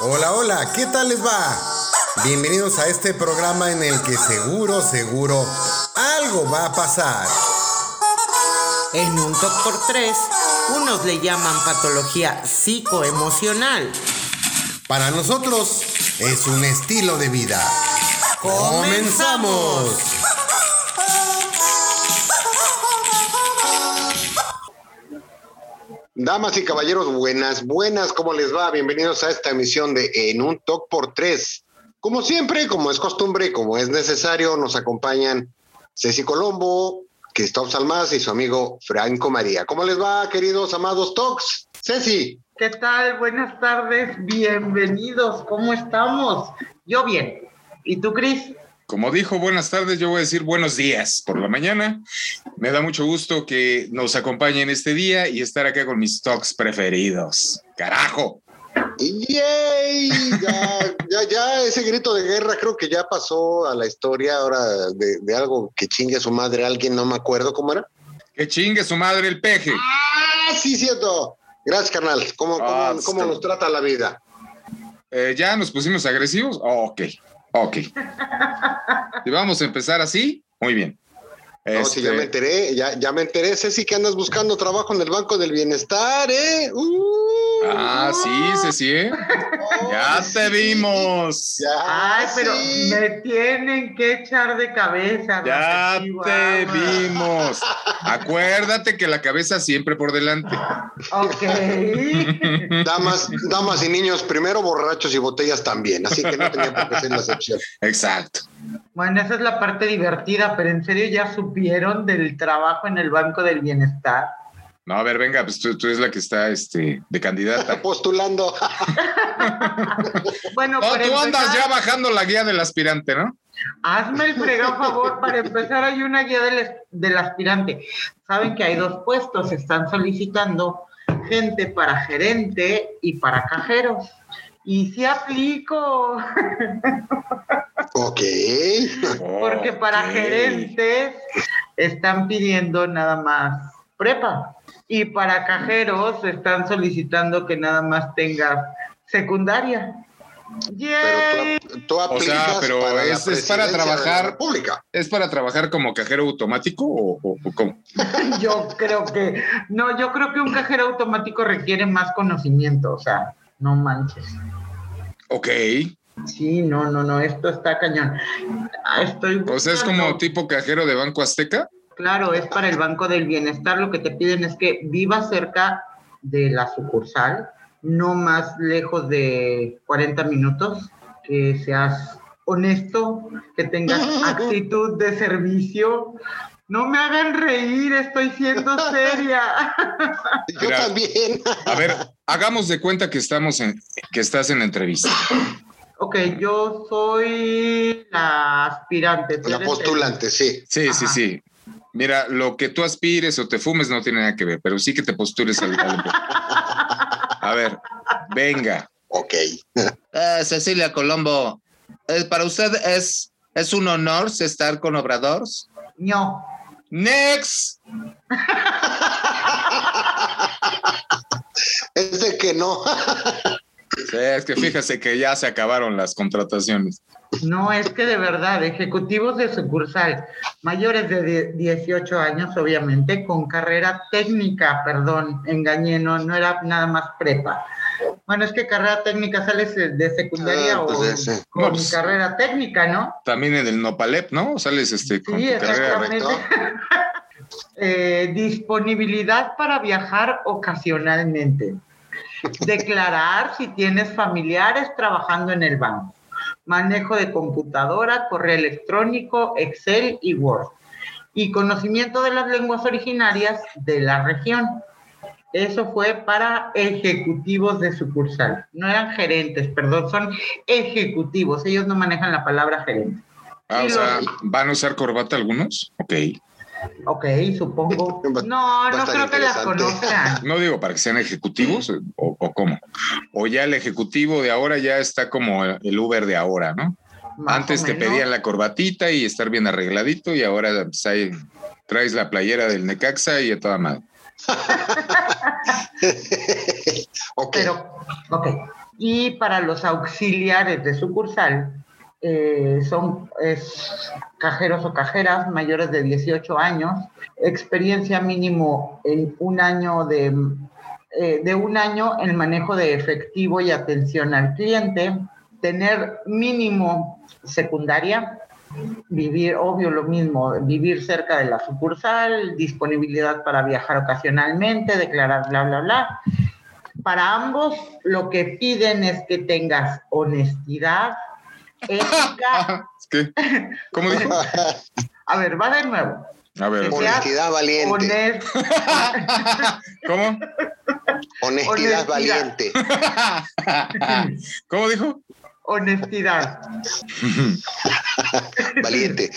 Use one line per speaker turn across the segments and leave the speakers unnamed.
Hola, ¿qué tal les va? Bienvenidos a este programa en el que seguro, seguro, algo va a pasar.
En un doctor 3, unos le llaman patología psicoemocional.
Para nosotros es un estilo de vida. ¡Comenzamos!
Damas y caballeros, buenas, buenas, ¿cómo les va? Bienvenidos a esta emisión de En un Talk por Tres. Como siempre, como es costumbre, como es necesario, nos acompañan Ceci Colombo, Cristóbal Salmas y su amigo Franco María. ¿Cómo les va, queridos amados Talks? Ceci.
¿Qué tal? Buenas tardes, bienvenidos, ¿cómo estamos? Yo bien. ¿Y tú, Cris?
Como dijo, buenas tardes, yo voy a decir buenos días por la mañana. Me da mucho gusto que nos acompañen este día y estar acá con mis talks preferidos. ¡Carajo!
¡Yay! Ya, ya, ya ese grito de guerra creo que ya pasó a la historia ahora de, de algo que chingue a su madre alguien, no me acuerdo cómo era.
¡Que chingue su madre el peje!
¡Ah, sí, cierto! Gracias, carnal. ¿Cómo, cómo-
Ah,
cómo
está-
nos trata la vida?
Eh, ¿Ya nos pusimos agresivos? Oh, ok, ok. ¿Y vamos a empezar así? Muy bien.
No, sí, ya me
Este,
enteré, ya, ya me enteré, Ceci, que andas buscando trabajo en el Banco del Bienestar, ¿eh? ¡Uh!
Ah, sí, sí, sí. ¿eh?
Oh,
Ya te
sí.
vimos.
Ya,
Ah,
Ay, pero
sí.
me tienen que echar de cabeza. los
Ya
de
te
Chihuahua.
vimos. Acuérdate que la cabeza siempre por delante.
Ok.
Damas, damas y niños, primero borrachos y botellas también, así que no tenía por qué ser la excepción.
Exacto.
bueno, esa es la parte divertida, pero en serio ya supieron del trabajo en el Banco del Bienestar.
No, a ver, venga, pues tú, tú eres la que está este, de candidata.
Postulando.
Bueno,
No,
para
tú andas
empezar-
ya bajando la guía del aspirante, ¿no?
Hazme el fregado favor, para empezar hay una guía del, es- del aspirante. Saben que hay dos puestos, están solicitando gente para gerente y para cajeros. Y si aplico,
Ok.
porque para
Ok.
gerentes están pidiendo nada más prepa. Y para cajeros están solicitando que nada más tengas secundaria. ¡Yay!
Pero tú, tú
O
aplicas
sea, pero
para la
es- es para
presidencia de la
trabajar.
República.
¿Es para trabajar como cajero automático o, o- o cómo?
Yo creo que, no, yo creo que un cajero automático requiere más conocimiento, o sea, no manches.
Ok.
Sí, no, no, no, esto está cañón. Ah, Estoy
O sea, es como
buscando.
tipo cajero de Banco Azteca.
Claro, es para el Banco del Bienestar, lo que te piden es que vivas cerca de la sucursal, no más lejos de 40 minutos, que seas honesto, que tengas actitud de servicio. No me hagan reír, estoy siendo seria.
Yo
Mira.
también.
A ver, hagamos de cuenta que estamos en, que estás en la entrevista.
Ok, yo soy la aspirante. tú
La
eres
postulante, sí.
Sí, sí,
Ajá.
sí. Mira, lo que tú aspires o te fumes no tiene nada que ver, pero sí que te postures al. al- A ver, venga.
Ok.
Eh, Cecilia Colombo, eh, para usted es, es un honor estar con Obrador.
el- No,
Next.
Es de que no.
Sí, es que fíjese que ya se acabaron las contrataciones.
no, es que de verdad, ejecutivos de sucursal, mayores de die- 18 años, obviamente, con carrera técnica, perdón, engañé, no, no era nada más prepa. Bueno, es que carrera técnica sales de- de secundaria
Ah, pues
o
ese.
con
No, pues-
carrera técnica, ¿no?
También en el Nopalep, ¿no? Sales este con
Sí,
tu carrera.
exactamente. Eh, disponibilidad para viajar ocasionalmente. Declarar si tienes familiares trabajando en el banco. Manejo de computadora, correo electrónico, Excel y Word. Y conocimiento de las lenguas originarias de la región. Eso fue para ejecutivos de sucursal. No eran gerentes, perdón, son ejecutivos. Ellos no manejan la palabra gerente.
Ah, o
Y
sea,
los-
¿van a usar corbata algunos? Ok.
Ok, supongo.
Va- va
No,
a
no
estar
creo que las
interesante.
conozcan.
No digo para que sean ejecutivos eh, o, o cómo. O ya el ejecutivo de ahora ya está como el Uber de ahora, ¿no?
Más
Antes
o
te
menos.
pedían la corbatita y estar bien arregladito y ahora pues, ahí traes la playera del Necaxa y a toda madre.
ok.
Pero, ok. y para los auxiliares de sucursal eh, son es, cajeros o cajeras mayores de 18 años, experiencia mínimo en un año de, eh, de un año en manejo de efectivo y atención al cliente, tener mínimo secundaria, vivir, obvio lo mismo, vivir cerca de la sucursal, disponibilidad para viajar ocasionalmente, declarar bla, bla, bla. Para ambos lo que piden es que tengas honestidad, ética.
¿Qué? ¿Cómo dijo?
A ver, va de nuevo.
A ver,
Que seas
Honestidad valiente.
honest-
¿cómo?
honestidad
honestidad.
valiente.
¿Cómo dijo?
honestidad.
valiente.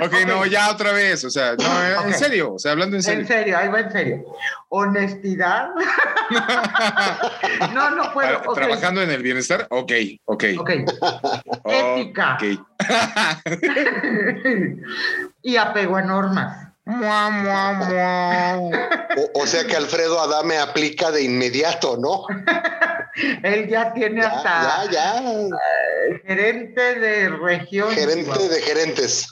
Ok, no, ya otra vez, o sea, no, eh, en
Ah, Ok.
serio, o sea, hablando en
En
serio.
serio, ahí va en serio. Honestidad. no, no puedo.
Tra-
ok,
Trabajando en el bienestar, ok, ok.
ok.
ok.
ética. y apego a normas.
Mua, mua, mua.
O, o sea que Alfredo Adame aplica de inmediato, ¿no?
Él ya tiene
Ya,
hasta
ya, ya.
gerente de región.
Gerente de gerentes.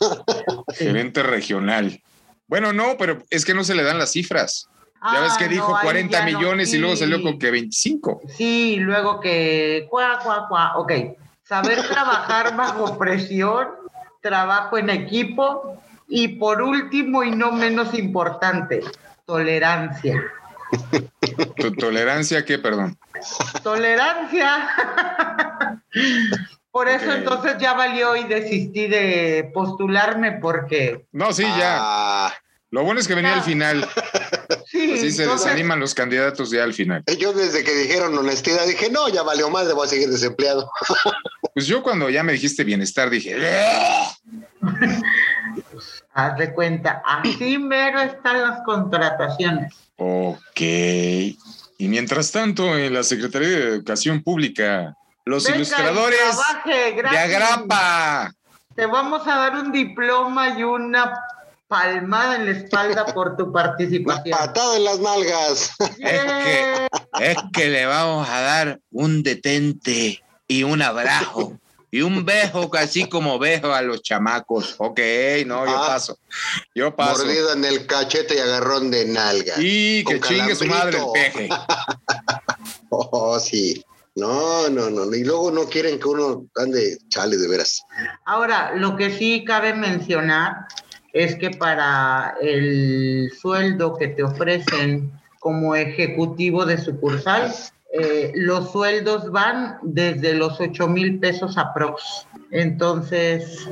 Sí.
Gerente regional. Bueno, no, pero es que no se le dan las cifras.
Ah,
ya ves que dijo
no, ahí
40
ya no,
millones y luego
sí.
salió con que 25.
Sí, luego que cuá, cuá, cuá. Ok. Saber trabajar bajo presión, trabajo en equipo y por último y no menos importante, tolerancia.
¿Tu tolerancia qué, perdón?
Tolerancia. Por eso
Ok.
entonces ya valió y desistí de postularme porque
No, sí, ya.
Ah,
Lo bueno es que venía
Ya.
al final.
Ah, sí,
Así Pues se
entonces,
desaniman los candidatos ya al final.
yo desde que dijeron honestidad dije, no, ya valió más, voy a seguir desempleado.
Pues yo cuando ya me dijiste bienestar dije, "Ugh".
haz de cuenta, así mero están las contrataciones.
ok. Y mientras tanto, en la Secretaría de Educación Pública, los
Venga y
ilustradores
trabaje
de
gratis.
Agrapa.
Te vamos a dar un diploma y una palmada en la espalda por tu
Una
participación.
patada en las nalgas.
Es que,
Yeah.
es que le vamos a dar un detente y un abrazo y un beso, casi como beso a los chamacos. Ok, no, yo
Ah.
paso. Yo paso.
Mordida en el cachete y agarrón de nalgas.
Y que
Con
chingue su madre el
calambrito.
peje.
Oh, sí. No, no, no. Y luego no quieren que uno ande chale de veras.
Ahora, lo que sí cabe mencionar es que para el sueldo que te ofrecen como ejecutivo de sucursal, eh, los sueldos van desde los 8 mil pesos a prox. Entonces,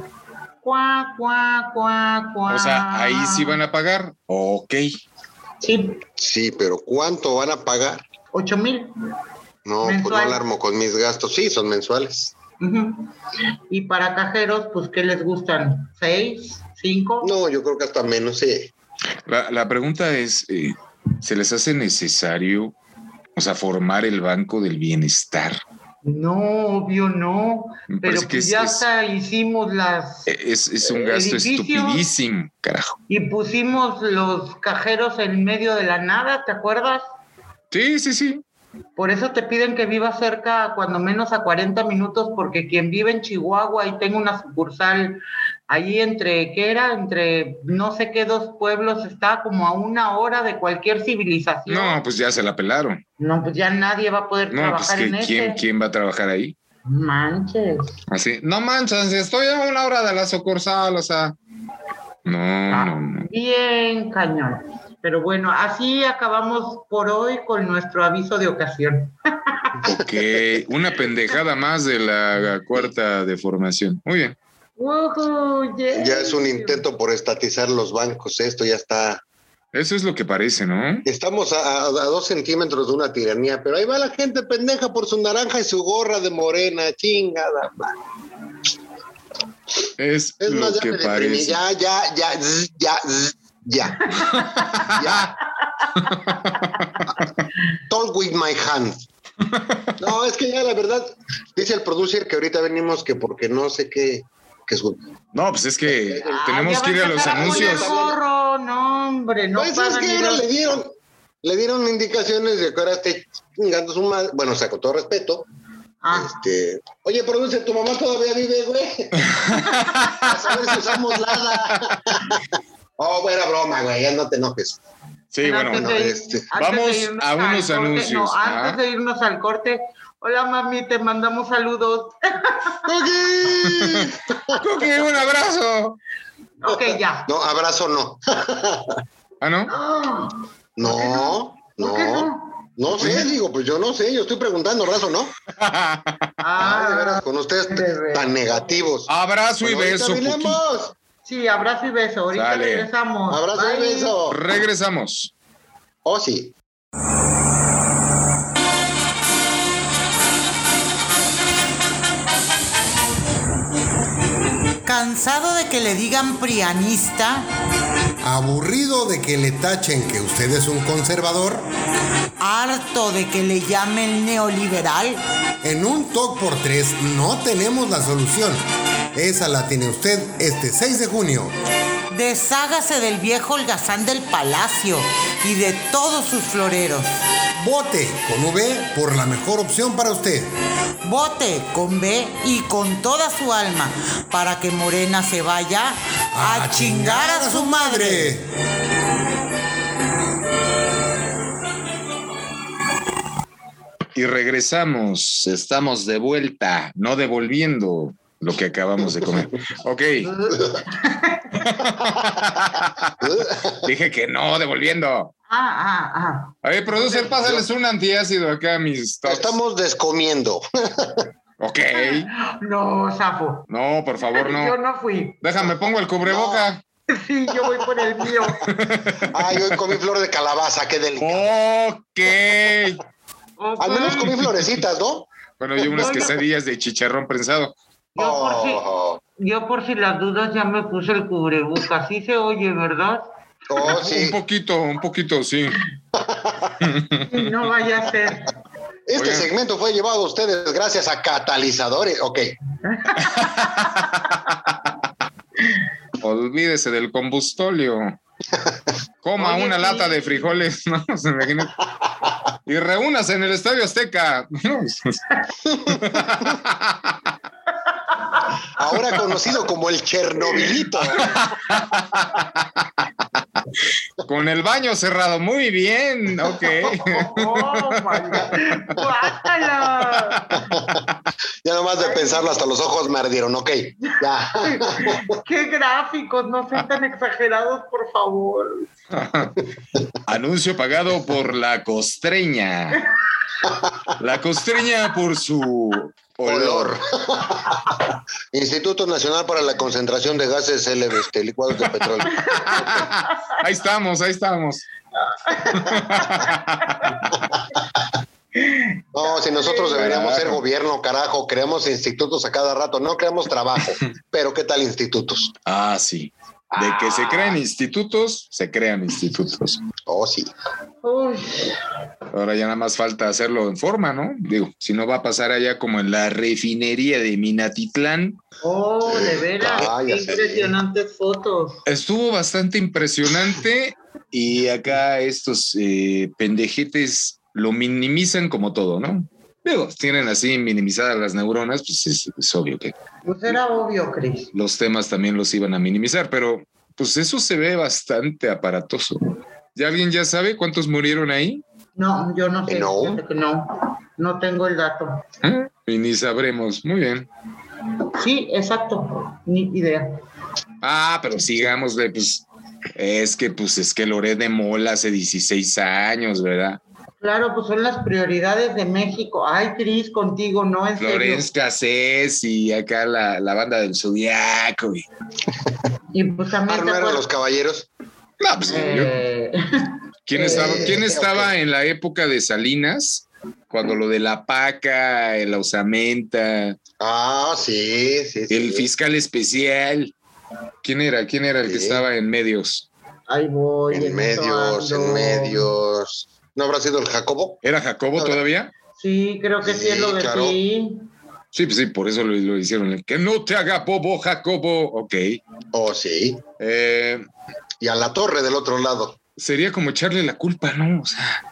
cuá, cuá, cuá, cuá.
O sea, ahí sí van a pagar. Ok.
Sí,
Sí, pero ¿cuánto van a pagar?
8 mil.
No, pues no
Mensual.
alarmo con mis gastos. Sí, son mensuales.
Ujú. Y para cajeros, pues, ¿qué les gustan? ¿Seis? ¿Cinco?
No, yo creo que hasta menos, sí.
La, la pregunta es, eh, ¿se les hace necesario, o sea, formar el Banco del Bienestar?
No, obvio no.
Me
Pero
parece que
pues
es-
ya
es-
hasta hicimos las...
Eh, Es, es un
Eh,
gasto
edificio.
estupidísimo, carajo.
Y pusimos los cajeros en medio de la nada, ¿te acuerdas?
Sí, sí, sí.
Por eso te piden que vivas cerca, cuando menos a 40 minutos, porque quien vive en Chihuahua y tenga una sucursal ahí entre, ¿qué era? Entre no sé qué dos pueblos, está como a una hora de cualquier civilización.
No, pues ya se la pelaron.
No, pues ya nadie va a poder
No, pues
trabajar
que,
en ese.
¿quién, ¿quién va a trabajar ahí?
Manches.
Así. No manches, estoy a una hora de la sucursal, o sea.
Ah.
No, no, no.
Bien cañón. Pero bueno, así acabamos por hoy con nuestro aviso de ocasión.
Ok, una pendejada más de la cuarta deformación. Muy bien.
Ujú, yeah.
Ya es un intento por estatizar los bancos. Esto ya está.
Eso es lo que parece, ¿no?
Estamos a, a- a dos centímetros de una tiranía, pero ahí va la gente pendeja por su naranja y su gorra de morena. Chingada. madre.
Es,
Es
lo
más, ya
que
me deprimí.
parece.
Ya, ya, ya, zzz, ya, zzz, ya. ya. Talk with my hand. No, es que ya la verdad, dice el producer que ahorita venimos que porque no sé qué. Que su-
No, pues es que
Ah,
tenemos
ya
que ir
va
a los
empezar poner
anuncios.
gorro, no, hombre, no
pues es
pagan
que
ni
ahora
dos-
le dieron, le dieron indicaciones de que ahora esté chingando su madre. Bueno, o sea, con todo respeto.
Ah.
Este, oye, produce, tu mamá todavía vive, güey. A saber si usamos Lada. oh, era broma, güey, ya no te enojes.
Sí,
Pero
bueno,
antes
no,
de ir-
este,
antes
vamos
de irnos
a
al
unos
corte,
anuncios,
no,
ajá.
antes de irnos al corte. Hola mami, te mandamos saludos.
¡Cookie!
Cookie, un abrazo.
ok, ya.
No, abrazo no.
Ah, ¿no?
Ah,
No,
¿Por qué
no.
no?
No sé, digo, pues yo no sé, yo estoy preguntando, abrazo no. Ah, de veras,
Ah,
con ustedes
de veras.
tan negativos.
abrazo y
Bueno, ahorita
Ah, beso, Cookie.
vinimos.
Ah, sí, abrazo y beso. Ahorita
Sale.
regresamos.
Abrazo y
Bye.
beso.
Regresamos.
Oh, sí.
¿Cansado de que le digan prianista?
Aburrido de que le tachen que usted es un conservador,
¿Harto de que le llamen neoliberal?
en un TOC por 3 no tenemos la solución. Esa la tiene usted este 6 de junio.
Deshágase del viejo holgazán del palacio y de todos sus floreros.
Vote con V por la mejor opción para usted.
Vote con B y con toda su alma para que Morena se vaya a, chingar a su madre.
Y regresamos. Estamos de vuelta, no devolviendo lo que acabamos de comer. Ok. Dije que no, devolviendo.
Ah, ah, ah.
A ver, producer, pásales un antiácido acá a mis tops.
Estamos descomiendo.
Ok.
No, Safo.
No, por favor,
Yo
no.
no fui.
Déjame, pongo el cubreboca.
Sí, yo voy por el mío.
Ay, hoy comí flor de calabaza, qué delicado.
Ok. Oh,
Al
Ok.
menos comí florecitas, ¿no?
Bueno, yo unas
No, no.
quesadillas de chicharrón prensado.
Yo por si-
Oh,
Yo por si las dudas ya me puse el cubrebocas. Sí se oye, ¿verdad?
oh, sí.
Un poquito, un poquito, sí.
Sí, no vaya a ser.
Este
Oigan.
segmento fue llevado a ustedes gracias a catalizadores. Ok.
Olvídese del combustóleo. Coma
Oye,
una
sí.
lata de frijoles, ¿no? Se imagina. Y reúnas en el Estadio Azteca. pues,
Ahora conocido como el Chernobilito.
Con el baño cerrado. Muy bien. Ok.
Oh, my God. Guácala.
Ya nomás de pensarlo hasta los ojos me ardieron. Ok. Ya.
¡Qué gráficos! No sean tan exagerados, por favor.
Anuncio pagado por la costreña. La costreña por su olor.
Olor. Instituto Nacional para la Concentración de Gases LB, este, licuados de petróleo.
Ahí estamos, ahí estamos.
No, si nosotros deberíamos ser
Carajo.
gobierno, carajo, creamos institutos a cada rato, no creamos trabajo, pero ¿qué tal institutos?
Ah, sí. De que se crean institutos, se crean institutos.
Oh, sí.
Uy,
Ahora ya nada más falta hacerlo en forma, ¿no? Digo, si no va a pasar allá como en la refinería de Minatitlán.
oh, de veras.
Ah,
qué
ya sé.
impresionantes fotos.
Estuvo bastante impresionante y acá estos eh, pendejetes lo minimizan como todo, ¿no? Digo, tienen así minimizadas las neuronas, pues es, es obvio que
Pues era obvio, Cris.
los temas también los iban a minimizar, pero pues eso se ve bastante aparatoso. ¿Ya alguien ya sabe cuántos murieron ahí?
No, yo no sé.
No.
fíjate que no. No tengo el dato.
¿Eh? Y ni sabremos. Muy bien.
Sí, exacto. Ni idea.
Ah, pero sigamos de, pues, es que, pues, es que Loré de Mola hace 16 años, ¿verdad?
Claro, pues son las prioridades de México. Ay, Cris, contigo, no en serio.
Lorenz Cassés y acá la, la banda del Zodiaco. y-
Y pues
Ah,
también te
no eran
acuerdas-
los caballeros.
No, pues, yo-
Eh,
¿quién estaba,
eh,
quién
ok.
estaba en la época de Salinas? Cuando lo de la paca, el osamenta,
Ah, sí, sí, sí.
el fiscal especial. ¿Quién era? ¿Quién era el que
Sí.
estaba en medios?
ahí voy.
En
eso
medios, en
ando.
medios. ¿No habrá sido el Jacobo?
¿Era Jacobo
Ahora-
todavía?
Sí, creo que sí,
Sí,
es lo de
claro.
sí.
Sí, pues sí, por eso lo, lo hicieron. Que no te haga bobo, Jacobo. Ok.
Oh, sí.
Eh,
Y a la torre del otro lado.
sería como echarle la culpa, ¿no? O sea,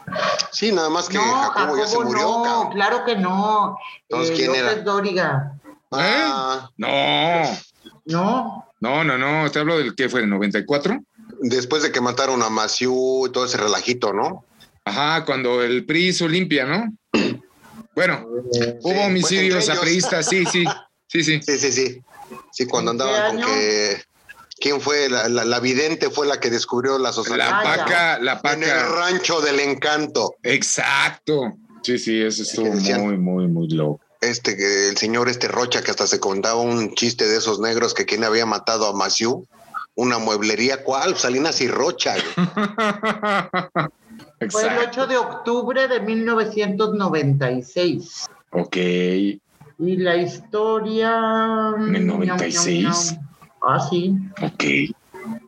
Sí, nada más que
no,
Jacobo, ya se
Jacobo
murió.
no,
cabrón.
claro que no.
Entonces,
Eh,
¿quién
López
era?
Dóriga.
¿Eh?
Ah,
no,
No,
no, no, no. Te hablo del que fue, ¿el 94.
después de que mataron a Maciú y todo ese relajito, ¿no?
Ajá, cuando el PRI hizo limpia, ¿no? Bueno,
Eh, Sí,
hubo homicidios
pues, entre
a
ellos.
priistas, sí, sí, sí, sí.
Sí, sí, sí. Sí, cuando
¿En qué
andaban con
año?
que. ¿Quién fue? La, la- la vidente fue la que descubrió la sociedad.
La
Ah, ya.
paca, la
En el
paca.
rancho del encanto.
Exacto. Sí, sí, eso estuvo
que decían-
muy, muy, muy loco.
Este, que el señor este Rocha, que hasta se contaba un chiste de esos negros que quien había matado a Maciú. Una mueblería, ¿cuál? Salinas y Rocha. güey.
fue el
Exacto.
8 de octubre de 1996.
Ok.
Y la historia.
En el 96.
Ah, sí.
Ok.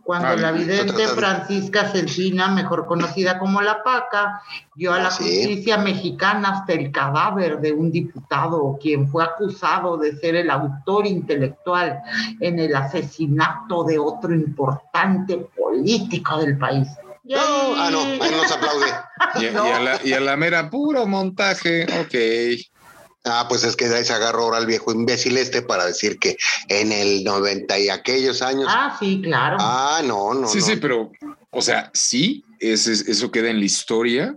Cuando
Ah,
la
bien,
vidente
está tratando.
Francisca Celcina, mejor conocida como La Paca, dio a la
Ah, Sí.
justicia mexicana hasta el cadáver de un diputado, quien fue acusado de ser el autor intelectual en el asesinato de otro importante político del país. Y ahí-
No, ah, no, ahí nos aplaude.
Y, y a la, y a la mera puro montaje. Ok.
Ah, pues es que de ahí se agarró ahora el viejo imbécil este para decir que en el 90 y aquellos años. Ah,
Ah, sí, claro.
no, no.
sí,
no.
sí, pero, o sea, sí, es, es- eso queda en la historia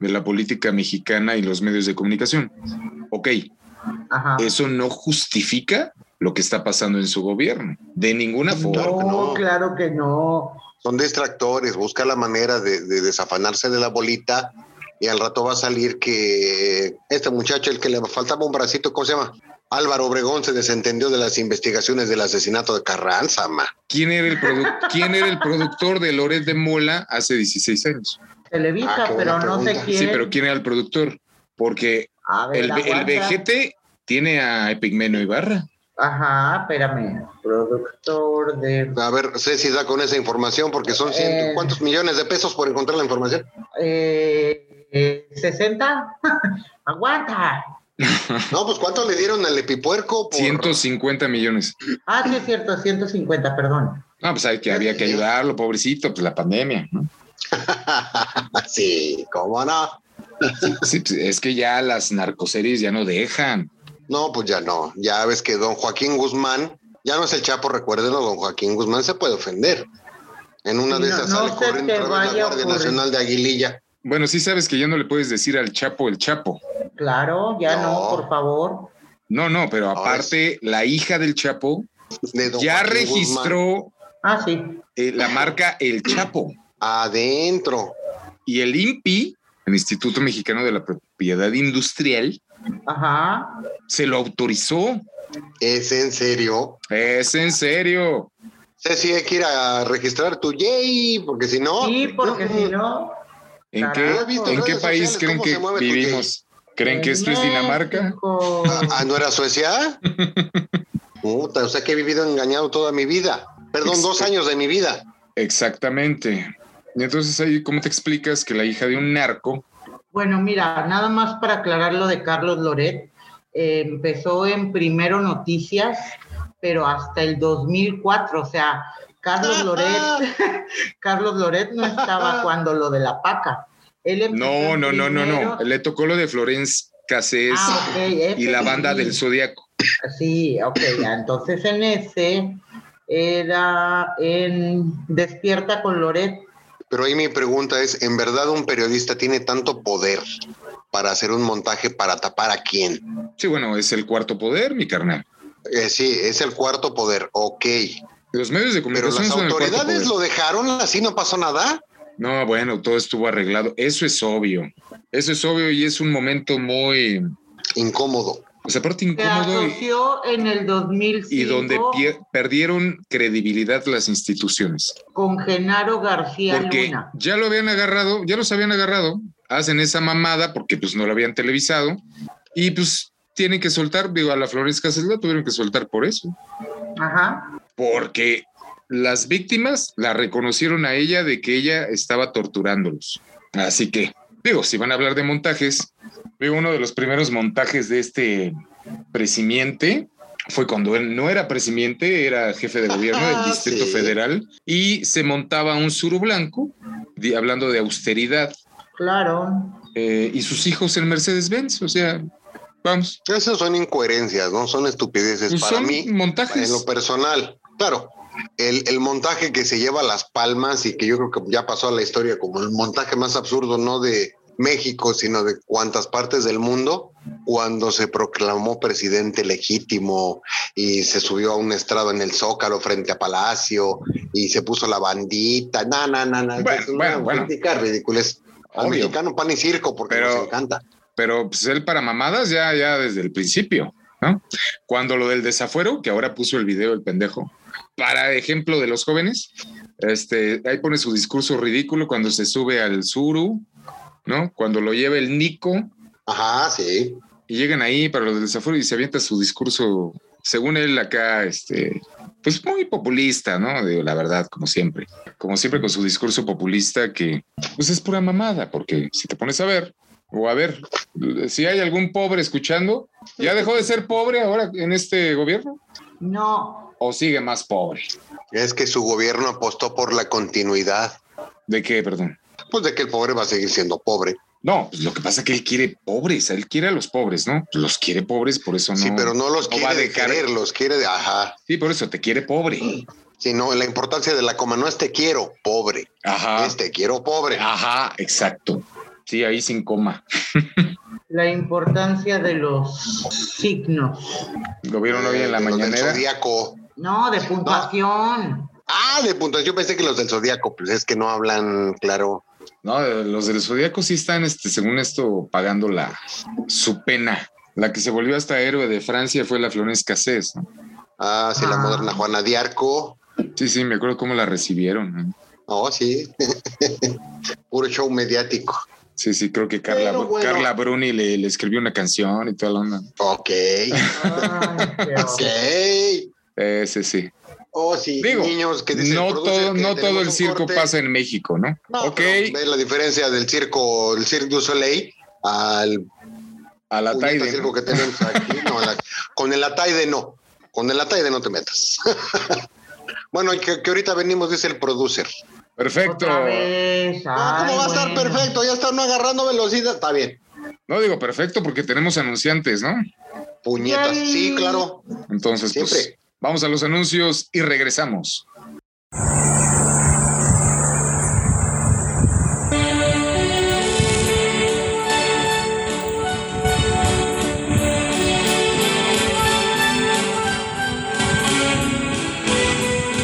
de la política mexicana y los medios de comunicación. Ok,
Ajá.
eso no justifica lo que está pasando en su gobierno, de ninguna forma.
claro que
No,
no.
claro que no.
Son distractores, busca la manera de, de desafanarse de la bolita y al rato va a salir que este muchacho, el que le faltaba un bracito, ¿cómo se llama? Álvaro Obregón se desentendió de las investigaciones del asesinato de Carranza, ma.
¿Quién, era el produ- ¿Quién era el productor de Loret de Mola hace 16 años?
Televisa,
Ah, qué buena
pero no sé
pregunta.
quién.
Sí, pero ¿quién era el productor? Porque
A ver,
el, ve- el
aguanta.
vejete tiene a Epigmeno Ibarra.
Ajá, espérame. Productor de.
A ver, sé si da con esa información porque son ciento,
Eh.
¿cuántos millones de pesos por encontrar la información?
Eh, eh, ¿60? Aguanta.
No, pues ¿cuánto le dieron al epipuerco? Por...
150 millones.
Ah, sí, es cierto, 150, perdón.
No, pues hay que, había que ayudarlo, pobrecito, pues la pandemia, ¿no?
sí, cómo no.
Sí, pues, es que ya las narcoseries ya no dejan.
No, pues ya no. Ya ves que don Joaquín Guzmán, ya no es el Chapo, recuérdenlo, don Joaquín Guzmán se puede ofender. En una
Sí,
de
no-
esas
no
sale
se
corriendo
te
otra vez la
vaya a
Guardia
ocurrir.
Nacional de Aguililla.
Bueno, sí sabes que ya no le puedes decir al Chapo el Chapo.
Claro, ya no,
No.
por favor.
No, no, pero
Ahora
aparte, la hija del Chapo
de don
ya
Joaquín Guzmán
registró
Ah, sí.
eh, la marca El Chapo
adentro.
y el INPI, el Instituto Mexicano de la Propiedad Industrial,
Ajá.
se lo autorizó.
¿Es en serio?
Es en serio.
Ceci, hay que ir a registrar tu yay, porque si no.
Sí, porque si no.
¿En
Carajo.
qué,
¿Has
en
visto
qué
redes
país
sociales
creen
cómo
que
se mueve tu
vivimos? ¿Creen que esto es Dinamarca?
México.
Ah, ¿no era Suecia? Puta, o sea que he vivido engañado toda mi vida. Perdón, dos
Exacto.
años de mi vida.
Exactamente. Y entonces ahí, ¿cómo te explicas que la hija de un narco
Bueno, mira, nada más para aclarar lo de Carlos Loret, eh, empezó en Primero Noticias, pero hasta el 2004, o sea, Carlos Loret, Carlos Loret no estaba cuando lo de la paca. Él empezó
No,
en
no, no, no, no.
Primero-
Le tocó lo de Florence Cassés
Ah, ok,
y
ese
la
sí.
banda del Zodíaco.
Sí, ok, ya, entonces en ese era en Despierta con Loret,
Pero ahí mi pregunta es, ¿en verdad un periodista tiene tanto poder para hacer un montaje para tapar a quién?
Sí, bueno, es el cuarto poder, mi carnal.
Eh, sí, es el cuarto poder, ok.
Los medios de
Pero
comunicación
las
son el cuarto poder.
autoridades lo dejaron así, no pasó nada.
No, bueno, todo estuvo arreglado. Eso es obvio. Eso es obvio y es un momento muy,
Incómodo.
pues aparte
se
incómodo y,
asoció en el 2005.
y donde pier- perdieron credibilidad las instituciones.
con Genaro García
Porque
Luna.
ya lo habían agarrado, ya los habían agarrado, hacen esa mamada porque pues no lo habían televisado y pues tienen que soltar, digo, a la Florence Cassés la tuvieron que soltar por eso.
Ajá.
porque las víctimas la reconocieron a ella de que ella estaba torturándolos. Así que, digo, si van a hablar de montajes, digo, uno de los primeros montajes de este presimiente fue cuando él no era presimiente, era jefe de gobierno del Distrito
Sí.
Federal y se montaba un suru blanco di- hablando de austeridad,
Claro.
eh, y sus hijos en Mercedes-Benz, o sea, vamos,
Esas son incoherencias, ¿no? Son estupideces
pues
para
son
mí.
montajes.
En lo personal, claro. El, el montaje que se lleva a las palmas y que yo creo que ya pasó a la historia como el montaje más absurdo, no de México, sino de cuantas partes del mundo, cuando se proclamó presidente legítimo y se subió a un estrado en el Zócalo frente a Palacio y se puso la bandita. No, no, no, no.
Bueno,
es una
bueno, bueno.
auténtica ridiculez. Al
Obvio.
mexicano pan y circo porque
Pero-
nos encanta.
pero pues él para mamadas ya, ya desde el principio, ¿no? Cuando lo del desafuero, que ahora puso el video el pendejo, para ejemplo de los jóvenes, este, ahí pone su discurso ridículo cuando se sube al Zuru, ¿no? Cuando lo lleva el Nico
Ajá, sí.
y llegan ahí para lo del desafuero y se avienta su discurso, según él acá, este, pues muy populista, ¿no? Digo, la verdad, como siempre, como siempre con su discurso populista que, pues es pura mamada, porque si te pones a ver, o a ver, si hay algún pobre escuchando, ya dejó de ser pobre ahora en este gobierno,
No,
o sigue más pobre.
Es que su gobierno apostó por la continuidad.
¿De qué, perdón?
Pues de que el pobre va a seguir siendo pobre.
No, pues lo que pasa es que él quiere pobres, él quiere a los pobres, ¿no? Los quiere pobres, por eso no.
sí, pero no los
va
quiere
a
de
dejar-
querer, los quiere de ajá.
Sí, por eso te quiere pobre.
Sí, no, la importancia de la coma no es te quiero pobre,
Ajá.
es te quiero pobre.
Ajá, exacto. Sí, ahí sin coma.
la importancia de los signos.
Lo vieron hoy en la
Eh, los del
mañanera.
zodiaco.
No, de puntuación.
Ah, de puntos. Yo pensé que los del zodiaco, pues es que no hablan claro.
No, eh, los del Zodíaco sí están, este, según esto, pagando la, su pena. La que se volvió hasta héroe de Francia fue la Florence Cassés. ¿no?
Ah, sí, la
Ah.
moderna Juana de Arco.
Sí, sí, me acuerdo cómo la recibieron. ¿no?
Oh, sí. Puro show mediático.
Sí, sí, creo que Carla,
Pero bueno.
Carla Bruni le, le escribió una canción y toda la onda.
Ok.
Ay, qué
Ok.
horror.
Eh, sí, sí.
Oh, sí.
Digo,
niños que dicen,
No
"Producer,
todo,
que
no todo
tenemos
el
un
circo
corte".
pasa en México, ¿no?
No,
ok,
pero ¿Ves la diferencia del circo, el Cirque du Soleil, al
a la
puñeta
Taide.
circo que tenemos aquí? No, la- con el Ataide no. Con el Ataide no te metas. bueno, que, que ahorita venimos, dice el producer.
Perfecto.
Otra vez.
Ah,
Ay,
¿Cómo va a estar
bueno.
perfecto? Ya está no agarrando velocidad. Está bien.
No digo perfecto porque tenemos anunciantes, ¿no?
Puñetas.
Yay.
Sí, claro.
Entonces, pues,
Siempre.
vamos a los anuncios y regresamos.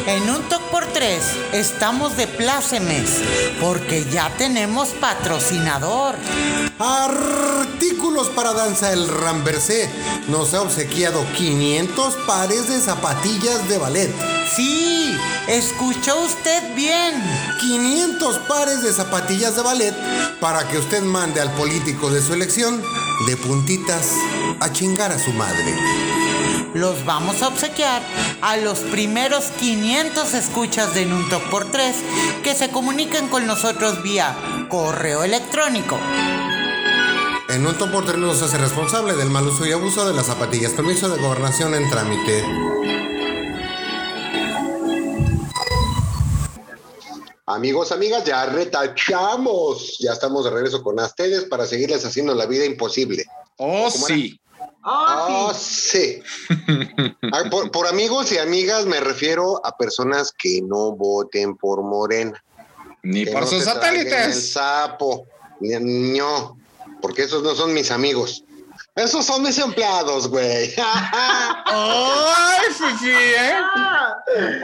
En un TOC por 3 estamos de plácemes porque ya tenemos patrocinador.
Artículos para danza El Ramversé nos ha obsequiado 500 pares de zapatillas de ballet.
Sí, escuchó usted bien.
500 pares de zapatillas de ballet para que usted mande al político de su elección de puntitas a chingar a su madre.
Los vamos a obsequiar a los primeros 500 escuchas de Nuntoc por 3 que se comuniquen con nosotros vía correo electrónico.
En un topo no se hace responsable del mal uso y abuso de las zapatillas. Permiso de gobernación en trámite.
Amigos, amigas, ya retachamos. Ya estamos de regreso con ustedes para seguirles haciendo la vida imposible.
Oh,
¿Cómo
Oh,
sí.
Ah,
sí.
sí. Ah, por, por amigos y amigas me refiero a personas que no voten por Morena.
Ni
que
por
no
sus
se traguen El
satélites.
sapo. Ni- No, porque esos no son mis amigos. Esos son mis empleados, güey.
¡Ay, Fifi, eh!
Ah,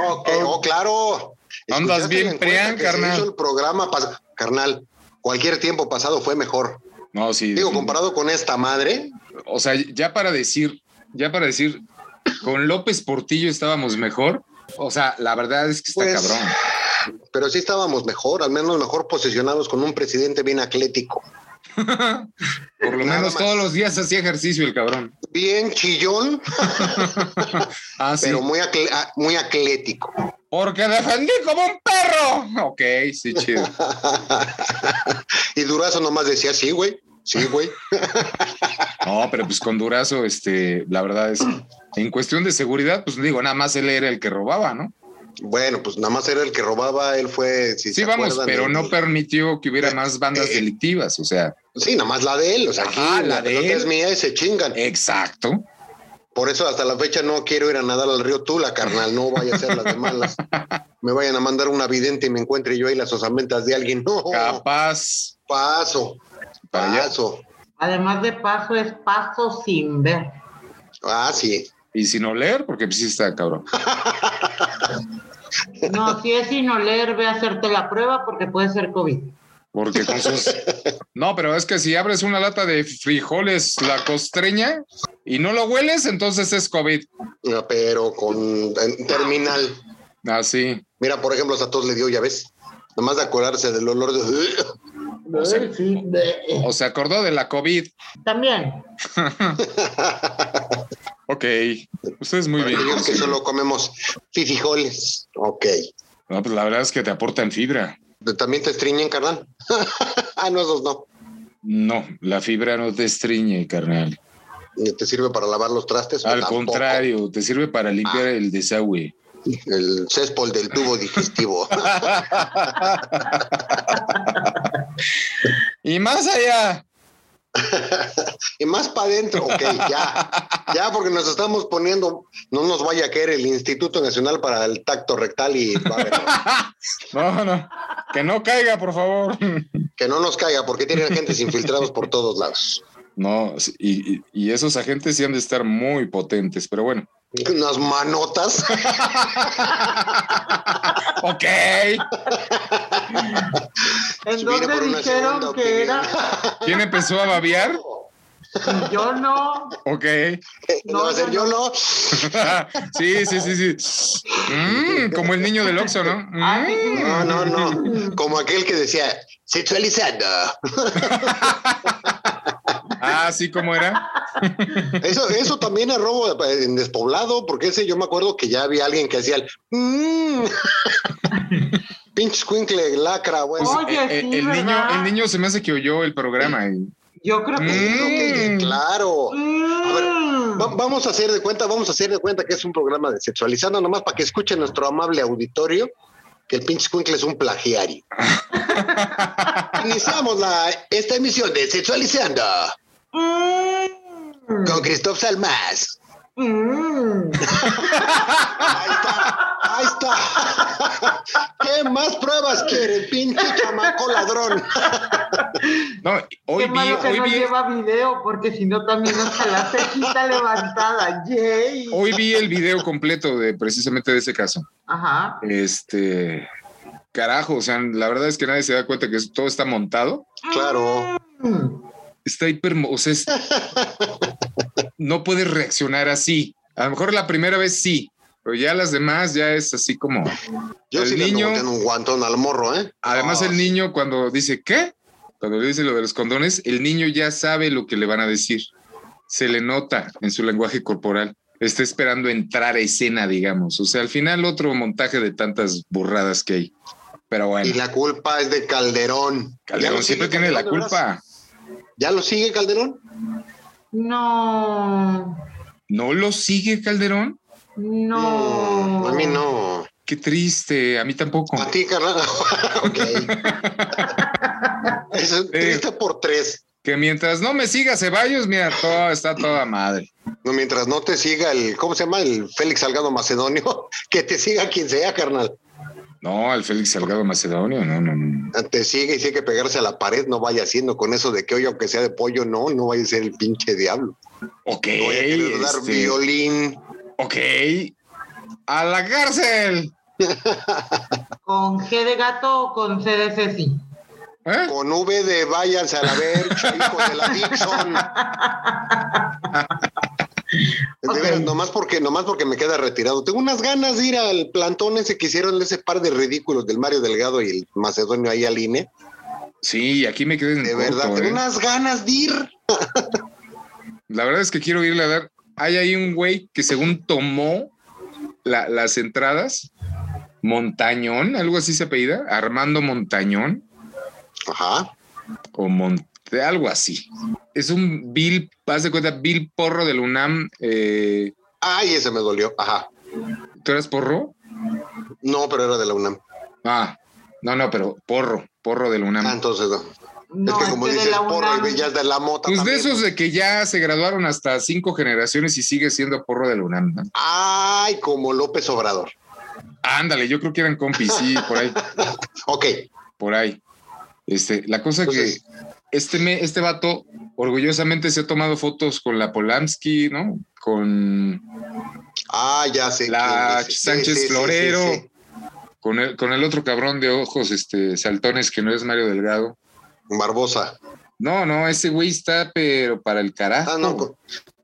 ok, oh, claro.
Andas
Escuchaste
bien
la encuesta
prián,
que se
carnal.
hizo el programa, pas- carnal. Cualquier tiempo pasado fue mejor.
No, sí.
Digo,
sí.
comparado con esta madre,
O sea, ya para decir, ya para decir, con López Portillo estábamos mejor. O sea, la verdad es que está
Pues,
cabrón.
pero sí estábamos mejor, al menos mejor posicionados con un presidente bien atlético.
Por lo
nada
menos
más.
todos los días hacía ejercicio el cabrón.
Bien chillón,
Ah, sí.
pero muy, acle- a- muy atlético.
Porque defendí como un perro. Ok, sí, chido.
y Durazo nomás decía, sí, güey, sí, güey.
No, pero pues con Durazo, este, la verdad es, en cuestión de seguridad, pues digo, nada más él era el que robaba, ¿no?
Bueno, pues nada más era el que robaba, él fue. Si
Sí,
se
vamos,
acuerdan,
pero
el-
no permitió que hubiera más bandas
eh,
delictivas, o sea,
Sí, nada más la de él. O sea, aquí
Ajá, Ah, la
la,
de
pelota
él. Eh.
es mía y se chingan.
exacto.
Por eso hasta la fecha no quiero ir a nadar al río Tula, carnal. No vaya a ser las de malas. Me vayan a mandar una vidente y me encuentre yo ahí las osamentas de alguien. No,
Capaz.
paso,
Para allá.
paso.
Además de paso, es paso sin ver.
Ah, sí.
Y sin oler, porque pues, sí está cabrón.
No, si es sin oler, ve a hacerte la prueba porque puede ser COVID.
Porque con sus. No, pero es que si abres una lata de frijoles la costreña y no lo hueles, entonces es COVID.
No, Pero con en terminal.
Así.
Mira, por ejemplo, a todos le dio, ya ves. Nada más de acordarse del olor de.
O sea-
Ay, sí, ve.
O se acordó de la COVID.
También.
Ok. Ustedes muy bien.
Digan que solo comemos fifijoles. Ok.
No, pues la verdad es que te aportan fibra.
¿También te estriñen, carnal? ah, no, esos no.
No, la fibra no te estriñe, carnal.
Ni te sirve para lavar los trastes.
Al
Tampoco.
contrario, te sirve para limpiar el desagüe.
El céspol del tubo digestivo.
Y más allá.
y más para adentro, ok, ya. Ya, porque nos estamos poniendo, no nos vaya a caer el Instituto Nacional para el Tacto Rectal y va a ver,
No, no. Que no caiga, por favor.
que no nos caiga, porque tienen agentes infiltrados por todos lados.
No, sí, y, y- y esos agentes sí han de estar muy potentes, pero bueno.
Unas manotas.
Ok.
¿En
Viene
dónde
por una segunda
dijeron que
opinión.
era?
¿Quién empezó a babear?
Yo no.
Ok.
No, va a ser
no,
yo
no.
no.
Sí, sí, sí, sí. Mm, como el niño del Oxxo, ¿no?
Ah, sí, sí.
Mm.
No, no, no. Como aquel que decía, sexualizando.
Ah, sí, ¿cómo era?
Eso, eso también es robo de- en despoblado, porque ese yo me acuerdo que ya había alguien que hacía el. "Mm". Pinche escuincle, lacra, güey.
Oye,
Eh, eh,
sí,
el, niño,
¿verdad?
el niño se me hace que oyó el programa. y-
Yo creo que.
Mm.
Claro. ¿Eh? A ver,
Mm.
va- vamos a hacer de cuenta, vamos a hacer de cuenta que es un programa de sexualizando, nomás para que escuche nuestro amable auditorio que el pinche escuincle es un plagiario. Iniciamos la, esta emisión de Sexualizando
Mm.
con Cristóbal Salmas.
Mm.
Ahí está, ahí está. ¿Qué más pruebas quiere, pinche chamaco ladrón?
No, hoy
Qué
vi,
malo que
hoy
no
vi-
lleva video, porque si no también hasta la cejita levantada. Yay.
hoy vi el video completo de precisamente de ese caso.
Ajá.
Este. Carajo, o sea, la verdad es que nadie se da cuenta que es- todo está montado.
Claro.
Mm.
Está hiper. O sea, es- no puedes reaccionar así. A lo mejor la primera vez sí, pero ya las demás ya es así como.
Yo
El
sí le ando
niño-
metiendo un guantón al morro, ¿eh?
Además,
Ah,
el niño cuando dice ¿qué? Cuando le dice lo de los condones, el niño ya sabe lo que le van a decir. Se le nota en su lenguaje corporal. Está esperando entrar a escena, digamos. O sea, al final otro montaje de tantas burradas que hay. Pero
Y
bueno,
la culpa es de Calderón. ¿Ya
Calderón
lo
siempre
sigue
tiene la
Calderón, de veras?
culpa.
¿Ya lo sigue Calderón?
No.
¿No lo sigue Calderón?
No.
a mí no.
Qué triste, a mí tampoco.
A ti, carnal. ok. Eso es triste por tres.
Que mientras no me siga Ceballos, mira, todo está toda madre.
No, mientras no te siga el, ¿cómo se llama? El Félix Salgado Macedonio. Que te siga quien sea, carnal.
No, al Félix Salgado Macedonio, no, no, no.
Te sigue y sigue que pegarse a la pared. No vaya haciendo con eso de que hoy, aunque sea de pollo, no, no vaya a ser el pinche diablo.
Ok.
No vaya a querer dar
este,
violín.
Ok. A la cárcel.
¿Con G de gato o con C de Ceci?
¿Eh?
Con V de váyanse a la verga, hijo de la Dixon. De
Ok.
veras, nomás porque, nomás porque me queda retirado. Tengo unas ganas de ir al plantón ese que hicieron ese par de ridículos del Mario Delgado y el Macedonio ahí al INE.
Sí, aquí me quedé en
De
corto,
verdad, tengo
¿eh?
unas ganas de ir.
La verdad es que quiero irle a dar. Hay ahí un güey que según tomó la- las entradas, Montañón, algo así se apellida, Armando Montañón
Ajá.
o Monte, algo así. Es un vil, haz de cuenta, vil porro del UNAM. eh,
Ay, ese me dolió. Ajá.
¿Tú eras porro?
No, pero era de la UNAM.
Ah, no, no, pero porro, porro de la UNAM.
Ah, entonces no.
No,
es que como
este de
dices,
la
porro
UNAM.
y ya es de la mota.
Pues de
también.
esos de que ya se graduaron hasta cinco generaciones y sigue siendo porro de la UNAM. ¿no?
Ay, como López Obrador.
Ándale, yo creo que eran compis, sí, por ahí,
Ok,
por ahí. Este, la cosa
Entonces-
que este, me, este vato orgullosamente se ha tomado fotos con la Polamsky, ¿no? Con
ah, ya sé.
la
quién dice. Sí,
Sánchez
sí, sí,
Florero,
sí, sí.
Con, el, con el otro cabrón de ojos, este, saltones que no es Mario Delgado.
Barbosa.
No, no, ese güey está, pero para el carajo.
Ah, no, con,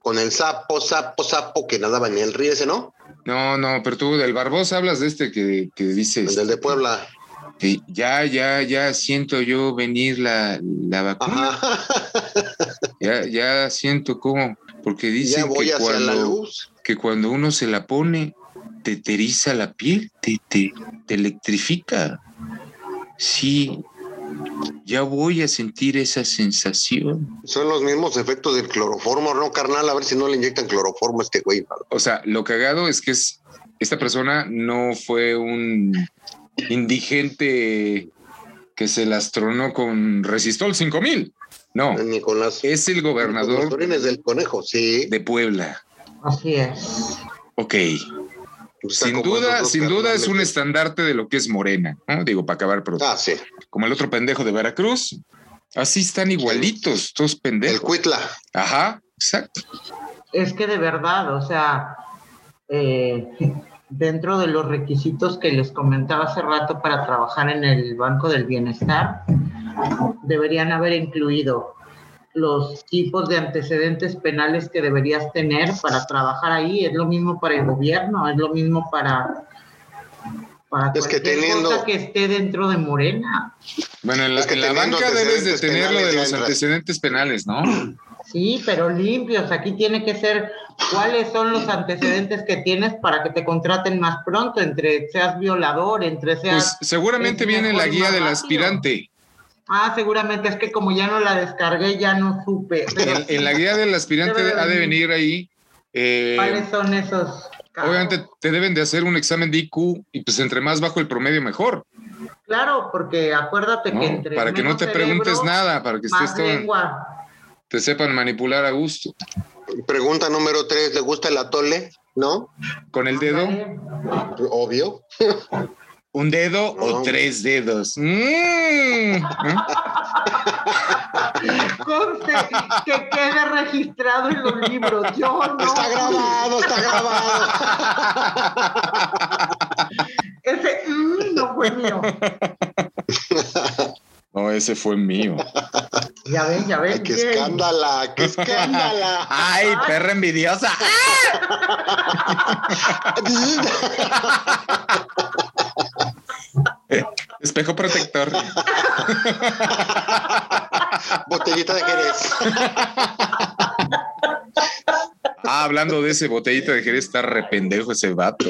con el sapo, sapo, sapo que nadaba en el río ese, ¿no?
No, no, pero tú del Barbosa hablas de este que, que dice.
El del de Puebla.
este, ya, ya, ya siento yo venir la, la vacuna.
Ajá.
Ya, ya siento cómo. Porque
Ya
dicen
voy
que,
hacia la
cuando,
luz.
que cuando uno se la pone, te teriza la piel, te, te, te electrifica. Sí, ya voy a sentir esa sensación.
Son los mismos efectos del cloroformo, ¿no, carnal? A ver si no le inyectan cloroformo a este güey.
O sea, lo cagado es que es, esta persona no fue un indigente que se las tronó con Resistol 5000. No,
Ni con las.
es el
con los
gobernador
orines del conejo, sí.
de Puebla.
Así es.
Ok,
Está
sin
como esos
duda,
dos
sin duda es un
carnales.
estandarte de lo que es Morena, ¿no? digo, para acabar pronto.
Ah, sí.
Como el otro pendejo de Veracruz. Así están igualitos, todos
El
pendejos.
cuitla.
Ajá, exacto.
Es que de verdad, o sea, eh, dentro de los requisitos que les comentaba hace rato para trabajar en el Banco del Bienestar, deberían haber incluido los tipos de antecedentes penales que deberías tener para trabajar ahí. Es lo mismo para el gobierno, es lo mismo para... Para
Es que
cualquier
teniendo-
cosa que esté dentro de Morena.
Bueno, en la,
Es que
en la
teniendo
banca debes de
antecedentes
tener lo de
penales ya
los
entras.
antecedentes penales, ¿no?
Sí, pero limpios. Aquí tiene que ser cuáles son los antecedentes que tienes para que te contraten más pronto, entre seas violador, entre
Pues
seas...
seguramente
es
viene
mejor
la
y
guía
más
del
rápido.
aspirante.
Ah, seguramente es que como ya no la descargué, ya no supe. Pero
En, en la guía del aspirante
Debe de
ha de
venir.
venir ahí. eh,
¿Cuáles son esos? casos?
obviamente te deben de hacer un examen de IQ y pues entre más bajo el promedio mejor,
Claro, porque acuérdate
¿no?
que entre...
Para que no
menos
te preguntes
cerebro,
nada, para que estés
Más
todo,
lengua.
te sepan manipular a gusto.
Pregunta número tres: ¿le gusta el atole? ¿No?
Con el dedo,
Ándale.
Obvio.
un dedo
No.
o tres dedos. Mm, ¿no?
Conste que quede registrado en los libros. Yo no.
Está grabado, está grabado.
Ese mm, no fue mío.
No, ese fue mío.
Ya ven, ya ven.
Ay, qué
bien.
escándala, qué escándala.
Ay,
Ah.
perra envidiosa.
Espejo protector.
Botellita de Jerez.
Ah, hablando de ese botellito de Jerez, está rependejo ese vato.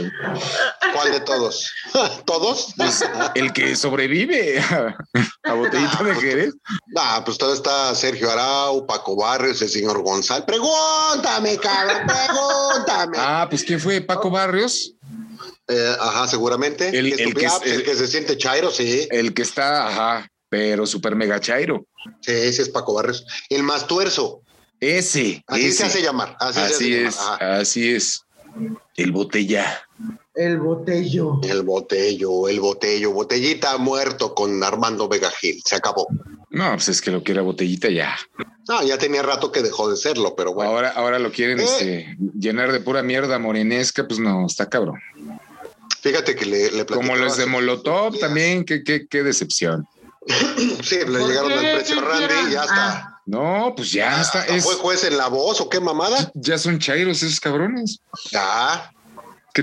¿Cuál de todos? ¿Todos?
Pues, el que sobrevive a, a botellita de Jerez.
Ah, pues todo está Sergio Arau, Paco Barrios, el señor González. Pregúntame, cabrón, pregúntame.
Ah, pues ¿quién fue? Paco Barrios.
Eh, ajá, seguramente.
El-
Que es
el
tu-
que es-
ah, pues, el
el-
que se siente chairo, sí.
El que está, ajá, pero super mega chairo.
Sí, sí es Paco Barrios. El más tuerzo.
Ese.
Así
ese.
se hace llamar. Así,
Así,
se hace llamar,
es,
ajá.
así es. El botella.
El botello.
El botello, el botello. Botellita ha muerto con Armando Vega Gil. Se acabó.
No, pues es que lo que era botellita ya.
No, ya tenía rato que dejó de serlo, pero bueno.
Ahora, ahora lo quieren
Eh.
este, llenar de pura mierda morenesca, pues no, está cabrón.
Fíjate que le, le
Como
platicaba
los de
hace-
Molotov
días.
también, qué, qué, qué decepción.
Sí, le
¿Por
llegaron
qué?
al precio
¿Qué
Randy y
hicieron?
ya está.
Ah,
No, pues ya está.
Hasta
Es,
¿Fue juez en la voz o qué mamada?
ya son chairos esos cabrones.
Ya.
Qué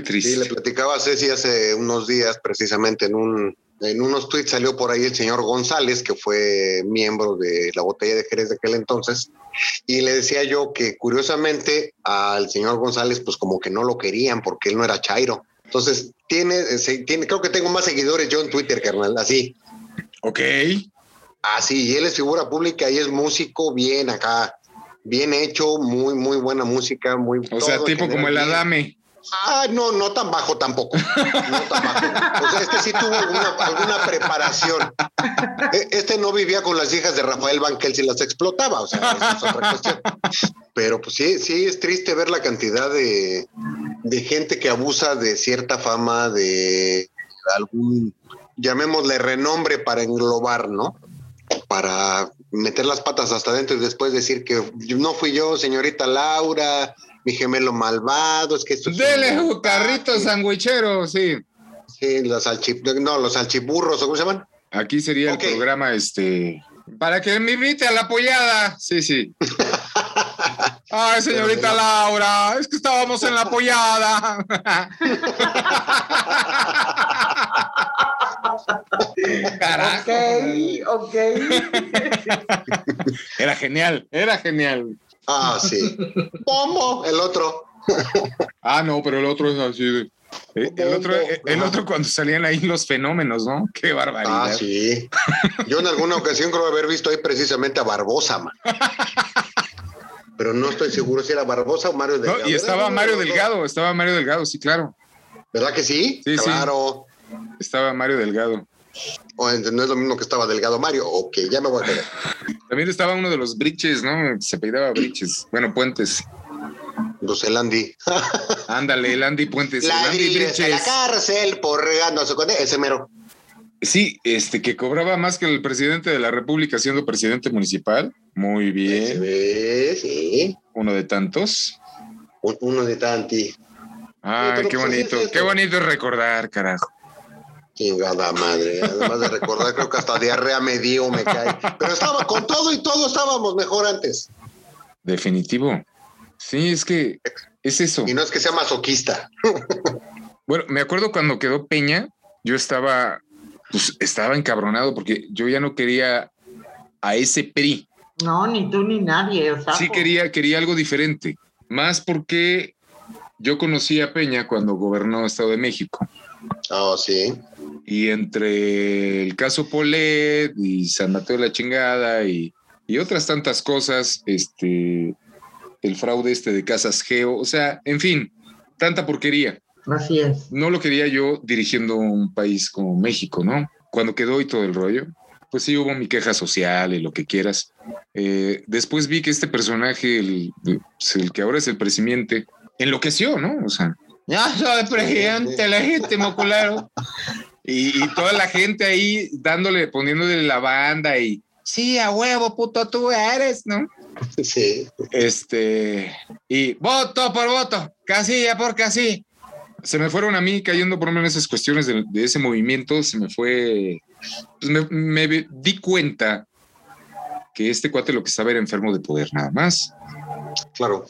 Sí, le
triste.
platicaba a Ceci hace unos días, precisamente en un en unos tweets salió por ahí el señor González, que fue miembro de la botella de Jerez de aquel entonces, y le decía yo que curiosamente al señor González, pues como que no lo querían porque él no era Chairo. Entonces, tiene, eh, se- tiene creo que tengo más seguidores yo en Twitter, carnal, así.
Ok.
Así, y él es figura pública y es músico bien acá, bien hecho, muy, muy buena música, muy...
O sea,
todo en
tipo como
general
el
bien.
Adame.
Ah, no, no tan bajo tampoco. No tan bajo. O sea, este sí tuvo alguna, alguna preparación. E- Este no vivía con las hijas de Rafael Banquel si las explotaba. O sea, eso es otra cuestión. Pero pues sí, sí es triste ver la cantidad de, de gente que abusa de cierta fama, de algún, llamémosle renombre para englobar, ¿no? Para meter las patas hasta adentro y después decir que yo- no fui yo, señorita Laura, mi gemelo malvado, es que esto es un-
Dele un carrito sandwichero, sí.
Sí, los salchip- no, los salchiburros, ¿o ¿cómo se llaman?
Aquí sería
Ok.
el programa, este. Para que me invite a la pollada. Sí, sí. Ay, señorita
Pero-
Laura, es que estábamos en la pollada. Carajo.
Ok, ok.
Era genial, era genial.
Ah, sí. Pomo, el otro.
Ah, no, pero el otro es así. de- eh, El otro, el otro cuando salían ahí los fenómenos, ¿no? Qué barbaridad.
Ah, sí. Yo en alguna ocasión creo haber visto ahí precisamente a Barbosa, man. Pero no estoy seguro si era Barbosa o Mario
No,
Delgado.
y
Era
estaba
uno
Mario
de los dos.
Delgado, estaba Mario Delgado, sí, claro.
¿Verdad que sí?
Sí, sí.
claro.
Estaba Mario Delgado.
O ent- no es lo mismo que estaba Delgado Mario. Ok, ya me voy a quedar.
También estaba uno de los briches, ¿no? Se peinaba briches. Bueno, puentes.
Pues el Andy.
Ándale, el Andy Puentes. el Andy
Ladrillos a la
Briches.
cárcel por regando a su conde. Ese mero.
Sí, este que cobraba más que el presidente de la República siendo presidente municipal. Muy
Se
bien.
ve, sí.
Uno de tantos.
Un- Uno de tanti.
Ay,
pero
qué
pues así es
bonito.
esto.
Qué bonito es recordar, carajo.
Chingada madre. ¿eh? Además de recordar, creo que hasta diarrea me dio, me cae. Pero estaba con todo y todo estábamos mejor antes.
Definitivo. Sí, es que es eso.
Y no es que sea masoquista.
Bueno, me acuerdo cuando quedó Peña, yo estaba, pues estaba encabronado porque yo ya no quería a ese PRI.
No, ni tú ni nadie. O sea, pues,
Sí quería, quería algo diferente. Más porque yo conocí a Peña cuando gobernó Estado de México.
Oh, sí.
Y entre el caso Polet y San Mateo de la Chingada y, y otras tantas cosas, este, el fraude este de Casas Geo, o sea, en fin, tanta porquería.
Así es.
no lo quería yo dirigiendo un país como México, ¿no? Cuando quedó y todo el rollo, pues sí hubo mi queja social y lo que quieras. Eh, después vi que este personaje, el, pues, el que ahora es el presidente, enloqueció, ¿no? O sea, ya soy presidente legítimo, culero. Y, y toda la gente ahí dándole, poniéndole la banda y sí, a huevo, puto, tú eres, ¿no?
Sí.
Este, y voto por voto, casilla por casilla. Se me fueron a mí cayendo por lo menos esas cuestiones de, de ese movimiento, se me fue, pues me, me vi- di cuenta que este cuate lo que estaba era enfermo de poder nada más.
Claro.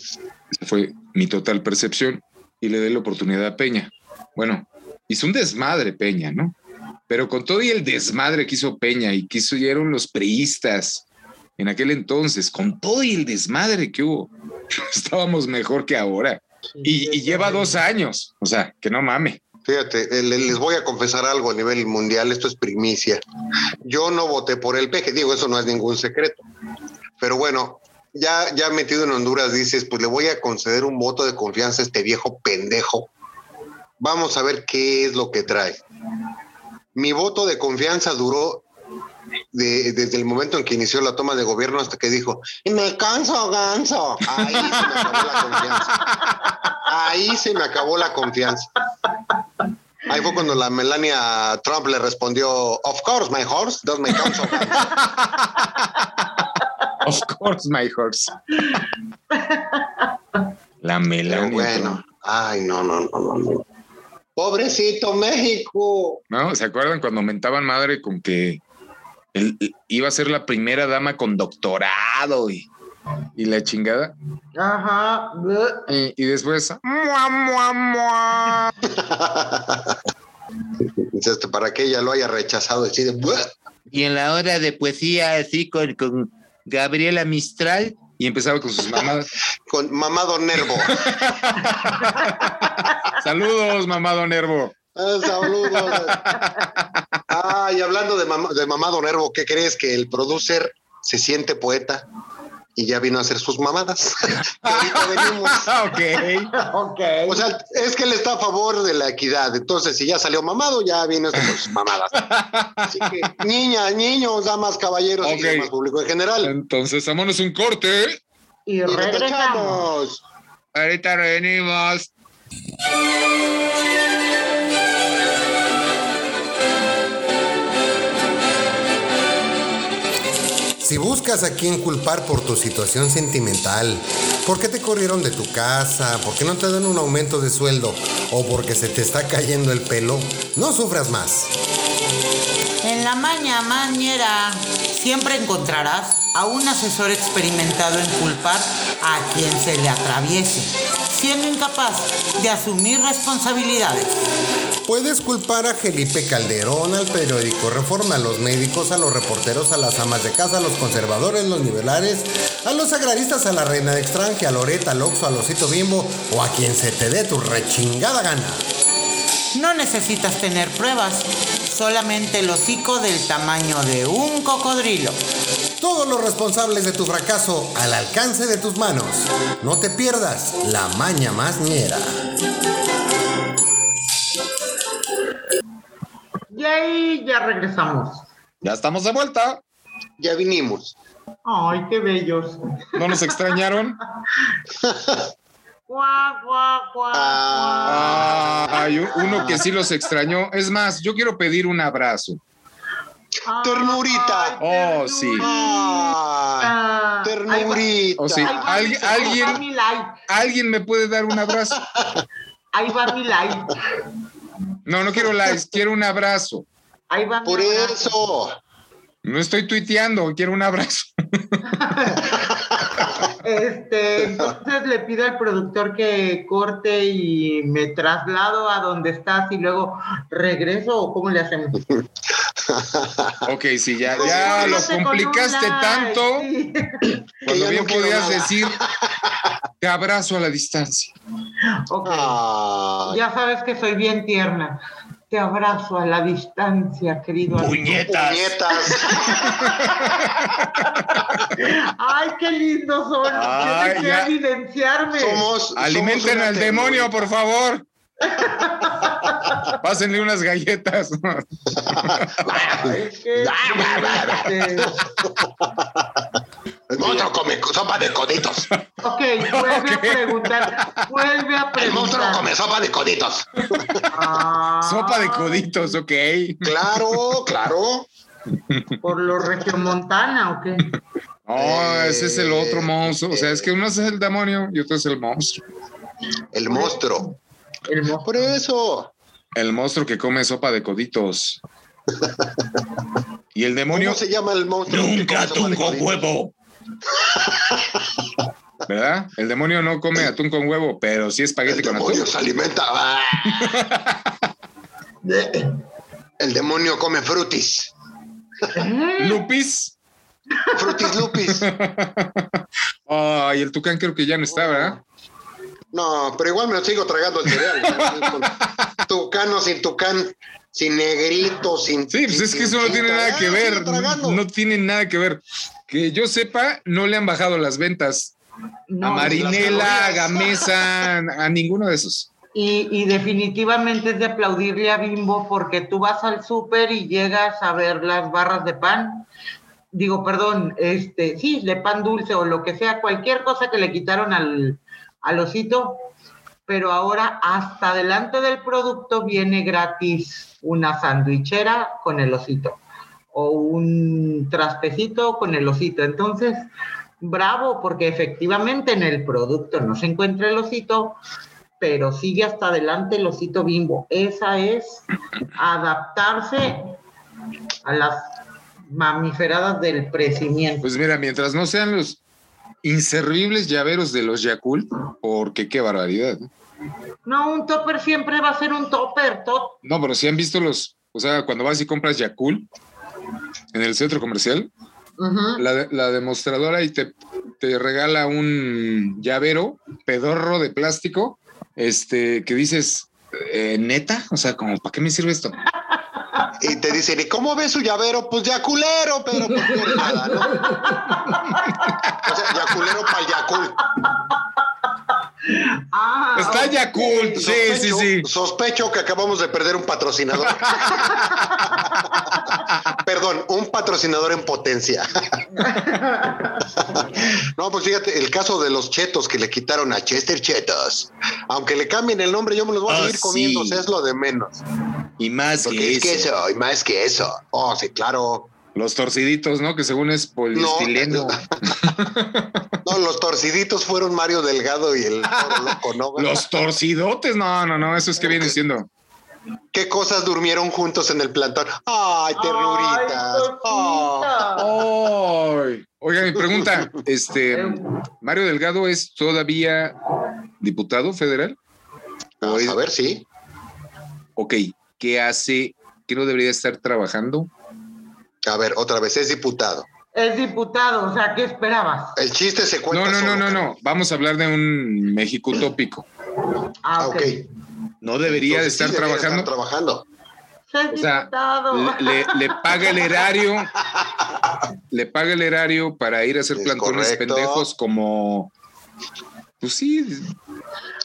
Esa fue mi total percepción y le doy la oportunidad a Peña. Bueno, hizo un desmadre Peña, ¿no? Pero con todo y el desmadre que hizo Peña y que hicieron los priistas en aquel entonces, con todo y el desmadre que hubo, estábamos mejor que ahora. Y, y lleva dos años, o sea, que no mame.
Fíjate, eh, le- les voy a confesar algo a nivel mundial, esto es primicia. Yo no voté por el peje, digo, eso no es ningún secreto. Pero bueno, ya, ya metido en Honduras dices, pues le voy a conceder un voto de confianza a este viejo pendejo. Vamos a ver qué es lo que trae. Mi voto de confianza duró de- desde el momento en que inició la toma de gobierno hasta que dijo, me canso, ganso. Ahí se me acabó la confianza. Ahí se me acabó la confianza. Ahí fue cuando la Melania Trump le respondió, of course, my horse, does my count so much".
Of course, my horse. La
Pero
melana.
bueno, ay, no, no, no, no, no. Pobrecito México.
¿No? ¿Se acuerdan cuando mentaban madre con que él iba a ser la primera dama con doctorado y, y la chingada? Eh,
Ajá. bleh.
Y, y después, ah, ¡mua, mua, mua!
Dice, este, para que ella lo haya rechazado, así de, "Buah".
Y en la hora de poesía, así con, con Gabriela Mistral,
Y empezaba con sus mamadas.
con mamado nervo.
Saludos, mamado nervo.
Ah, Saludos. Ay, hablando de, mam- de mamado nervo, ¿qué crees que el producer se siente poeta? y ya vino a hacer sus mamadas. Que ahorita venimos.
Ah, ok.
Ok.
O sea, es que él está a favor de la equidad. Entonces, si ya salió mamado, ya vino este con sus mamadas. Así que, niñas, niños, damas, caballeros
Ok.
y demás público en general.
Entonces, vámonos un corte.
y
Y
regresamos.
regresamos.
Ahorita venimos.
Si buscas a quién culpar por tu situación sentimental, por qué te corrieron de tu casa, por qué no te dan un aumento de sueldo o porque se te está cayendo el pelo, no sufras más.
En la maña mañera siempre encontrarás a un asesor experimentado en culpar a quien se le atraviese, siendo incapaz de asumir responsabilidades.
Puedes culpar a Felipe Calderón, al periódico Reforma, a los médicos, a los reporteros, a las amas de casa, a los conservadores, los nivelares, a los agraristas, a la reina de extranje, a Loreta, al Oxo, al Osito Bimbo o a quien se te dé tu rechingada gana.
No necesitas tener pruebas, solamente el hocico del tamaño de un cocodrilo.
Todos los responsables de tu fracaso al alcance de tus manos. No te pierdas la maña más ñera.
Y ahí ya regresamos.
Ya estamos de vuelta.
Ya vinimos.
Ay, qué bellos.
¿No nos extrañaron?
Guau, guau, guau, guau.
Ah,
Ah, Hay uno que sí los extrañó. Es más, yo quiero pedir un abrazo.
Ay,
Ternurita.
Oh, sí.
Ah,
Ah, ahí va-
ternurita.
O sí.
ahí va-
Alguien- alguien-
Ahí va mi like.
¿Alguien me puede dar un abrazo?
Ahí va mi like.
No, no quiero likes, quiero un abrazo.
Ahí va mi
Por
abrazo.
eso.
No estoy tuiteando, quiero un abrazo.
Este, entonces le pido al productor que corte y me traslado a donde estás y luego regreso o cómo le hacemos.
Ok, sí, ya,
Pues
ya lo
Regresate con un
complicaste
like,
tanto
sí.
cuando
ya
bien
no quiero
podías
nada.
decir te abrazo a la distancia.
Ok.
Ah,
Ya sabes que soy bien tierna. Te abrazo a la distancia, querido. amigo.
puñetas.
Ay, qué lindos son.
Ay,
Tienen que
ya.
evidenciarme.
Somos.
Alimenten
somos una
al
ternurita.
demonio, por favor. Pásenle unas galletas.
Ay, qué
Ah,
triste.
El monstruo come sopa de coditos.
Ok, vuelve a preguntar. Vuelve a
El monstruo
preguntar.
come sopa de coditos.
Ah,
Sopa de coditos, ok.
Claro, claro.
¿Por lo regiomontana o qué?
No, ese es el otro
Eh,
monstruo. O sea,
eh.
es que uno es el demonio y otro es el monstruo.
El monstruo.
El mo-
Por eso.
El monstruo que come sopa de coditos. Y el demonio,
¿Cómo se llama el monstruo? que come sopa de coditos?
huevo.
¿verdad? El demonio no come atún con huevo, pero sí espagueti
El
con atún.
demonio se alimenta. Ah. El demonio come frutis.
Lupis.
Frutis lupis.
Ay, el tucán creo que ya no está, ¿verdad?
No, pero igual me lo sigo tragando el cereal. Tucano sin tucán, sin negrito, sin.
Sí, pues
sin-
es que eso no
sin-
tiene
sin
nada que
tragar,
ver.
sigo tragando.
No tiene nada que ver. Que yo sepa, no le han bajado las ventas a
No,
Marinela, a
las calorías.
Gamesa, a ninguno de esos.
Y, y definitivamente es de aplaudirle a Bimbo porque tú vas al súper y llegas a ver las barras de pan. Digo, perdón, este, sí, de pan dulce o lo que sea, cualquier cosa que le quitaron al, al osito, pero ahora hasta delante del producto viene gratis una sandwichera con el osito o un trastecito con el osito. Entonces, bravo, porque efectivamente en el producto no se encuentra el osito, pero sigue hasta adelante el osito bimbo. Esa es adaptarse a las mamiferadas del crecimiento.
Pues mira, mientras no sean los inservibles llaveros de los Yakul, porque qué barbaridad. ¿no?
No, un topper siempre va a ser un topper. top.
No, pero si han visto los, o sea, cuando vas y compras Yakul en el centro comercial,
Ujú.
la, la demostradora y te, te regala un llavero pedorro de plástico, este, que dices, eh, neta, o sea, como, ¿para qué me sirve esto?
Y te dicen, ¿y cómo ves su llavero? Pues ya culero, pero pues no es nada, ¿no? O sea, yaculero para el yacul.
Ah,
Está
ok.
Yakult, sí, sí,
Sospecho-
sí.
Sospecho que acabamos de perder un patrocinador. Perdón, un patrocinador en potencia. no, pues fíjate, el caso de los chetos que le quitaron a Chester Chetos. Aunque le cambien el nombre, yo me los voy a
Ah,
seguir
sí.
comiendo, o sea, es lo de menos.
Y más
Porque
que
es que
eso.
eso, y más que eso. Oh, sí, claro.
Los torciditos, ¿no? Que según es poliestileno.
No, los torciditos fueron Mario Delgado y el toro loco, ¿no?
Los torcidotes, no, no, no, eso es que viene siendo.
¿Qué cosas durmieron juntos en el plantón? Ay,
Ay,
ternuritas. Oh.
Tortita.
¡Ay! Oiga, mi pregunta, este, ¿Mario Delgado es todavía diputado federal?
Ah,
Pues,
a ver, sí.
Ok, ¿qué hace? ¿Qué no debería estar trabajando?
A ver, otra vez, es diputado.
Es diputado, o sea, ¿qué esperabas?
El chiste se cuenta.
No, no, no,
solo,
no,
cara.
no. Vamos a hablar de un México utópico.
Ah,
Ah,
ok.
ok.
No debería
Entonces,
de estar
sí, debería
trabajando.
estar trabajando.
Es
O sea,
diputado.
le, le- le paga el erario, le paga el erario para ir a hacer
Es
plantones
correcto.
pendejos como. Pues sí,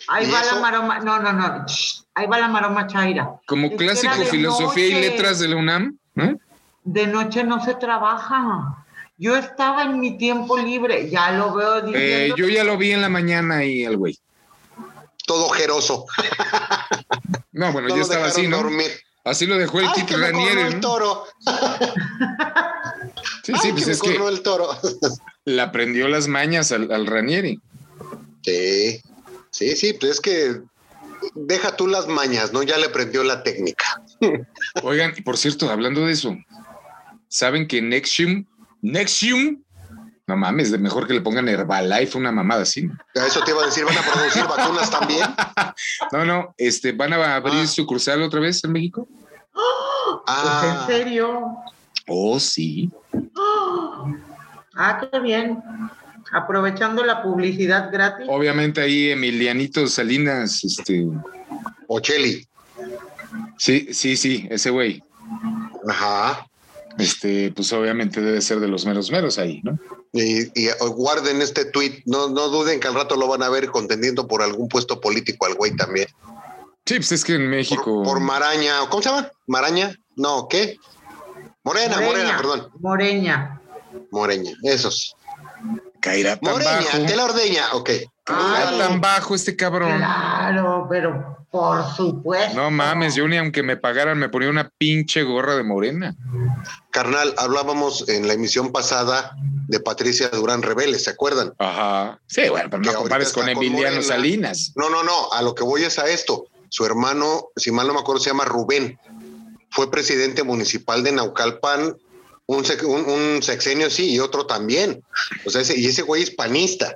Ahí
¿Y
va
eso?
la maroma. No, no, no. shh, Ahí va la maroma Chaira.
como
Es que
clásico
era de
filosofía y
noche.
letras de la UNAM, ¿no?
De noche no se trabaja. Yo estaba en mi tiempo libre, ya lo veo
Eh,
diciendo.
yo ya lo vi en la mañana y el güey.
Todo ojeroso.
No, bueno,
No
ya
lo
estaba
dejaron
así, ¿no?
dormir.
Así lo dejó el
Ay,
Kit
que me coronó
Ranieri,
el
¿no?
toro.
Sí,
Ay,
sí,
que
pues
me
es que
coronó el toro.
le aprendió las mañas al, al Ranieri.
sí. Sí, sí, pues es que deja tú las mañas, ¿no? Ya le aprendió la técnica.
Oigan, y por cierto, hablando de eso, ¿saben que Nexium, Nexium, no mames, de mejor que le pongan Herbalife, una mamada así, ¿no?
A eso te iba a decir, van a producir vacunas también.
No, no, este, ¿van a abrir
Ah.
sucursal otra vez en México?
Pues,
Ah,
en serio.
Oh, sí.
Ah, qué bien. Aprovechando la publicidad
Oh.
gratis.
Obviamente ahí Emilianito Salinas, este,
Ocheli.
sí, sí, sí, ese güey,
Ajá.
este, pues obviamente debe ser de los meros meros ahí, ¿no?
Y, y, eh, guarden este tweet, no, no duden que al rato lo van a ver contendiendo por algún puesto político al güey también.
Sí, pues es que en
Por,
México.
por Maraña, ¿cómo se llama? Maraña, no, ¿qué? Morena, Morena, perdón.
Moreña.
Moreña, esos.
caerá tan
Moreña,
bajo.
te la ordeña, ok.
Caerá
Ay,
tan bajo este cabrón.
Claro, pero por supuesto.
No mames, yo ni aunque me pagaran me ponía una pinche gorra de morena.
Carnal, hablábamos en la emisión pasada de Patricia Durán Rebeles, ¿se acuerdan?
Ajá. Sí, bueno, pero
Que
no
ahorita
compares
está
con
con
Emiliano
Morena.
Salinas.
No, no, no, a lo que voy es a esto. Su hermano, si mal no me acuerdo, se llama Rubén. Fue presidente municipal de Naucalpan un, sec- un- un sexenio sí y otro también. O sea, ese- y ese güey es panista.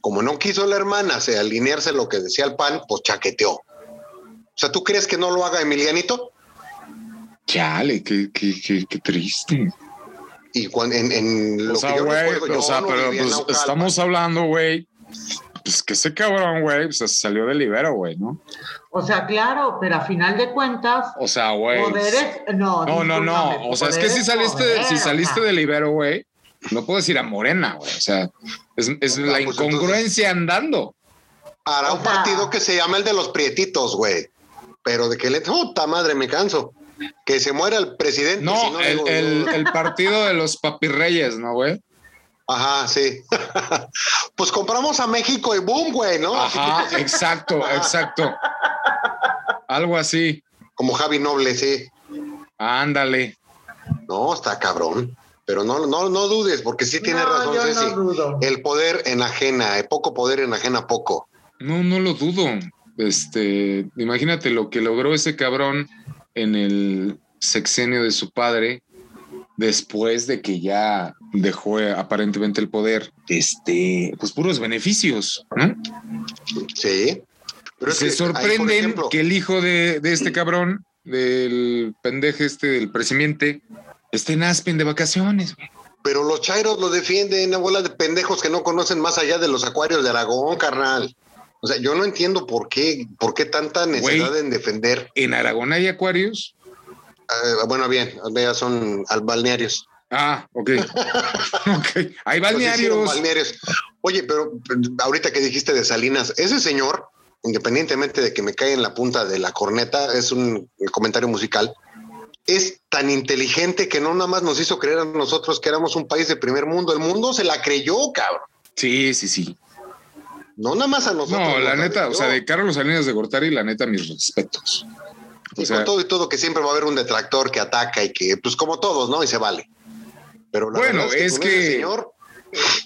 Como no quiso la hermana se alinearse a lo que decía el PAN, pues chaqueteó. O sea, ¿tú crees que no lo haga Emilianito?
Chale, qué, qué, qué, qué triste.
Y cuando, en, en lo
o sea,
que yo
güey,
recuerdo, yo
o sea,
no
pero
vivía en
pues,
Naucalpan.
estamos hablando, güey. Pues que ese cabrón, güey, pues, salió del libero, güey, ¿no?
O sea, claro, pero a final de cuentas,
O sea, güey.
poderes. No,
Pues, No, no, no.
discúlpame,
O sea, es que
poderes,
si saliste, si
poder,
saliste
o sea.
del libero, güey, no puedes ir a Morena, güey. O sea, es, es
O sea,
la
pues,
incongruencia andando.
Hará
O
un
sea-
partido que se llama el de los prietitos, güey. Pero de que le... ¡Puta madre, me canso! Que se muera el presidente. si
No, el,
digo,
el-
no.
el partido de los papirreyes, ¿no, güey?
Ajá, sí. pues compramos a México y boom, güey, ¿no? Así
Ajá, exacto, exacto. Algo así.
Como Javi Noble, sí.
Ándale.
No, está cabrón. Pero no, no, no dudes, porque sí tiene
No,
razón,
yo
Ceci.
no dudo.
El poder enajena, eh, poco poder enajena poco.
No, no lo dudo. Este, imagínate lo que logró ese cabrón en el sexenio de su padre después de que ya dejó eh, aparentemente el poder. Este, pues puros beneficios. ¿no?
Sí. Pero es
Se
que ahí, por
sorprenden
ejemplo,
que el hijo de, de este cabrón, del pendeje este, del presidente, esté en Aspen de vacaciones. güey.
Pero los chairos lo defienden, una bola de pendejos que no conocen más allá de los acuarios de Aragón, carnal. O sea, yo no entiendo por qué, por qué tanta necesidad
Güey.
en defender.
En Aragón hay acuarios.
eh, bueno, bien, ya son al balnearios.
Ah, ok. ok. Hay
Pues hicieron
balnearios.
balnearios. Oye, pero pero, ahorita que dijiste de Salinas, ese señor, independientemente de que me cae en la punta de la corneta, es un comentario musical, es tan inteligente que no nada más nos hizo creer a nosotros que éramos un país de primer mundo. El mundo se la creyó, cabrón.
Sí, sí, sí.
No nada más a nosotros.
No,
nos
la neta,
creyó.
o sea, de Carlos Salinas de Gortari, la neta, mis respetos.
Y
O sea,
con todo y todo, que siempre va a haber un detractor que ataca y que, pues como todos, ¿no? Y se vale. Pero la
Bueno,
verdad
es
con ese
que-
señor,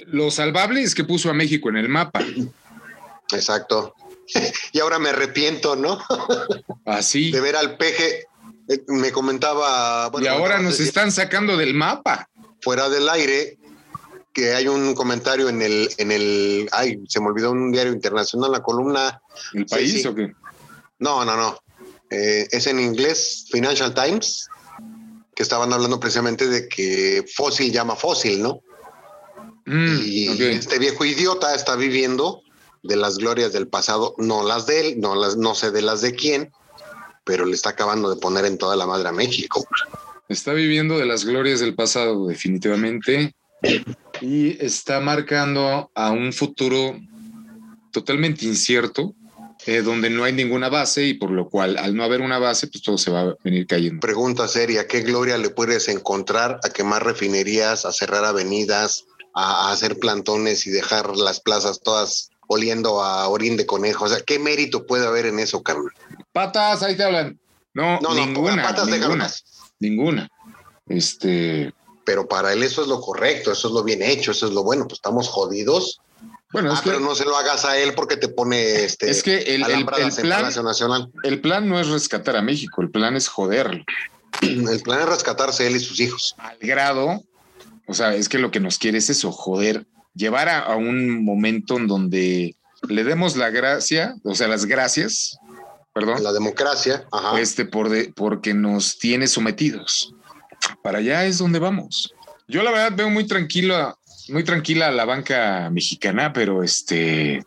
lo salvable es que puso a México en el mapa.
exacto. y ahora me arrepiento, ¿no?
Así.
de ver al peje. eh, Me comentaba. bueno,
y ahora
no
nos
sé si
están sacando del mapa.
Fuera del aire, que hay un comentario en el. en el Ay, se me olvidó un diario internacional, la columna.
¿El
Sí,
país
sí.
o qué?
No, no, no. Eh, es en inglés, Financial Times, que estaban hablando precisamente de que fósil llama fósil, ¿no?
Mm,
y
ok.
este viejo idiota está viviendo de las glorias del pasado, no las de él, no, las, no sé de las de quién, pero le está acabando de poner en toda la madre a México.
Está viviendo de las glorias del pasado, definitivamente. Y está marcando a un futuro totalmente incierto, eh, donde no hay ninguna base y por lo cual, al no haber una base, pues todo se va a venir cayendo.
Pregunta seria, ¿qué gloria le puedes encontrar a quemar refinerías, a cerrar avenidas, a, a hacer plantones y dejar las plazas todas oliendo a orín de conejo? O sea, ¿qué mérito puede haber en eso, Carmen?
Patas, ahí te hablan. No,
No, no,
ninguna,
a patas de
ninguna,
garotas.
ninguna. Este,
Pero para él eso es lo correcto, eso es lo bien hecho, eso es lo bueno, pues estamos jodidos.
bueno,
Ah,
es, que,
pero no se lo hagas a él porque te pone este
es que el, el-
alambradas
el
en
plan,
Palacio Nacional.
el plan no es rescatar a México, el plan es joderlo.
El plan es rescatarse él y sus hijos.
al grado, o sea, es que lo que nos quiere es eso, joder, llevar a, a un momento en donde le demos la gracia, o sea, las gracias, perdón,
La democracia, ajá.
este, por de- porque nos tiene sometidos. Para allá es donde vamos. Yo la verdad veo muy tranquila, muy tranquila a la banca mexicana, pero este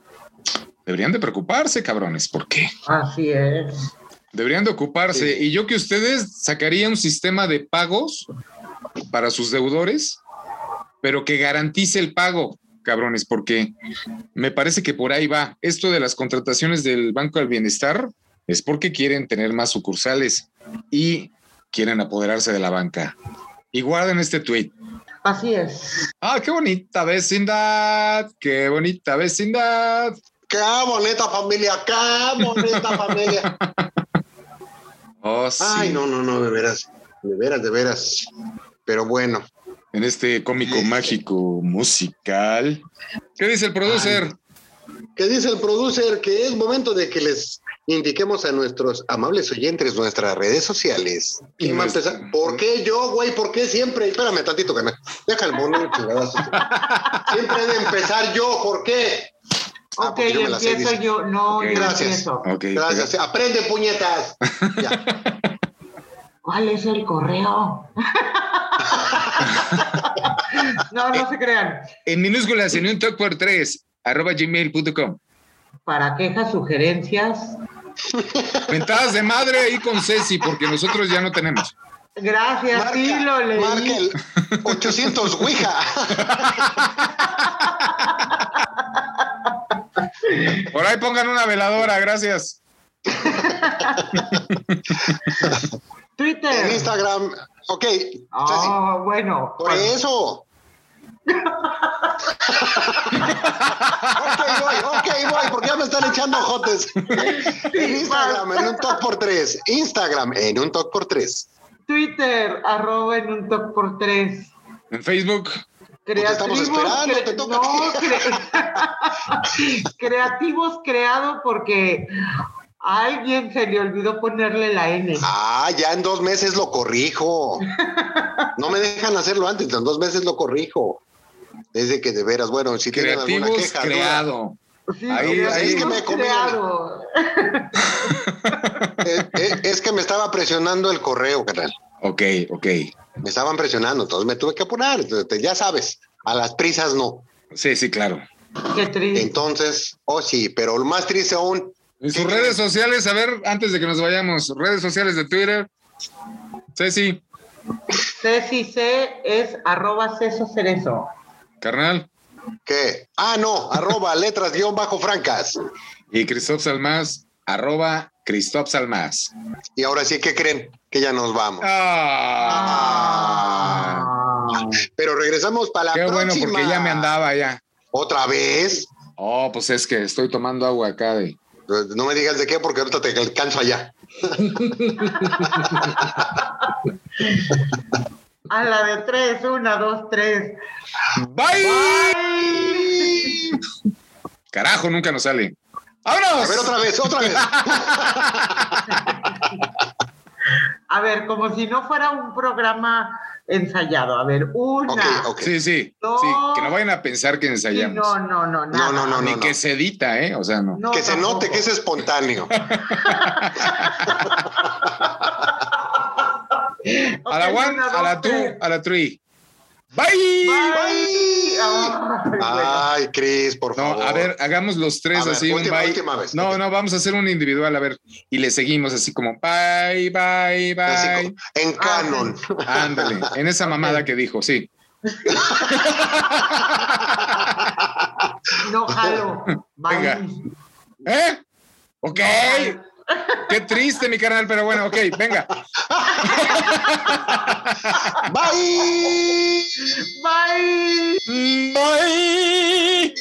deberían de preocuparse, cabrones, porque
Así es.
deberían de ocuparse. Y yo que ustedes sacaría un sistema de pagos para sus deudores, pero que garantice el pago, cabrones, porque me parece que por ahí va. Esto de las contrataciones del Banco del Bienestar es porque quieren tener más sucursales y quieren apoderarse de la banca. Y guarden este tweet.
Así es.
Ah, qué bonita vecindad, qué bonita vecindad.
¡Qué bonita familia! ¡Qué bonita familia!
Oh, sí.
Ay, no, no, no, de veras. De veras, de veras. Pero bueno,
en este cómico mágico musical. ¿Qué dice el producer?
¿qué dice el producer? Que es momento de que les indiquemos a nuestros amables oyentes nuestras redes sociales.
Y
¿Quién va a
nuestra-
empezar? ¿Por qué yo, güey? ¿Por qué siempre? Espérame tantito, canal. Deja el mono, chingadazo. Siempre he de empezar yo, ¿por qué? Ah,
ok,
porque yo me la sé,
empiezo
dice.
yo. No,
Ok,
yo
gracias.
empiezo.
Ah, Ok,
Gracias. Aprende, puñetas. Ya.
¿Cuál es el correo? no, no se crean.
En minúsculas, en un talk por tres, arroba gmail.com.
Para quejas, sugerencias.
Ventadas de madre ahí con Ceci, porque nosotros ya no tenemos.
Gracias, sí lo leí.
marca el 800 Ouija.
Por ahí pongan una veladora, gracias.
Twitter.
En Instagram. Ok. Ceci,
Ah, bueno.
por eso. ok, voy, ok, voy, porque ya me están echando jotes. En Instagram, en un top por tres. Instagram, en un top por tres.
Twitter, arroba en un top por tres.
En Facebook,
te estamos
Creativos,
esperando,
cre-
te toca a
no, cre- creativos creado porque a alguien se le olvidó ponerle la N.
Ah, ya en dos meses lo corrijo. No me dejan hacerlo antes, en dos meses lo corrijo. Desde que de veras, bueno, si tienen alguna
creativos
queja, duda,
creado.
Sí,
ahí- ahí
creativos
es que
me conviene.
creado.
Eh, eh, es que me estaba presionando el correo, carnal.
Ok, ok.
Me estaban presionando, entonces me tuve que apurar. Entonces, te- ya sabes, a las prisas no.
Sí, sí, claro.
Qué triste.
Entonces, oh sí, pero lo más triste aún,
En sus redes sociales, a ver, antes de que nos vayamos, redes sociales de Twitter. Ceci,
Ceci C es arroba Ceso Cerezo.
Carnal.
¿Qué? Ah, no, arroba letras guión bajo francas.
Y Cristóbal Salmas, arroba Cristóbal Salmas.
Y ahora sí, ¿qué creen? Que ya nos vamos.
Ah.
Ah.
Pero regresamos para la
Qué bueno,
próxima.
porque ya me andaba ya.
¿Otra vez?
Oh, pues es que estoy tomando agua acá de.
Pues, No me digas de qué, porque ahorita te alcanzo allá.
A la de tres, una, dos, tres.
¡Bye! Carajo, nunca nos sale.
A ver,
¡Vámonos!
otra vez, otra vez.
A ver, como si no fuera un programa ensayado. A ver, una.
Ok, ok.
Sí, sí,
No.
sí. Que no vayan a pensar que
Sí,
ensayamos.
no, no, no, nada.
no, no,
Ni
no.
que se edita, ¿eh? O sea, no.
No,
que se
tampoco.
note que es espontáneo.
Ok,
a la one,
una,
a la
dos,
two,
tres.
a la three.
Bye.
¡Bye!
Ay, bueno.
Ay, Cris, por
ah. No,
favor.
a ver, hagamos los
A
tres
ver,
así,
última-
un bye.
última vez.
No,
Ok.
no, vamos a hacer un individual, a ver. Y le seguimos así como bye, bye,
Así
bye.
como- en canon.
Ándale, en esa mamada que dijo, sí.
No jalo. Bye.
Venga. ¿Eh? Ok. Qué triste, mi canal, pero bueno, ok, venga. Ah.
Bye.
Bye.
Bye.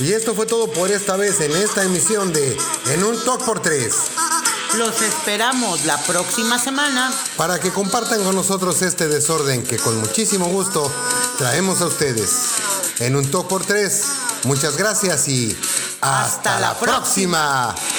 Y esto fue todo por esta vez en esta emisión de En un Talk por 3.
Los esperamos la próxima semana.
Para que compartan con nosotros este desorden que con muchísimo gusto traemos a ustedes. En un Talk por 3. Muchas gracias y hasta,
Hasta
la
la
próxima.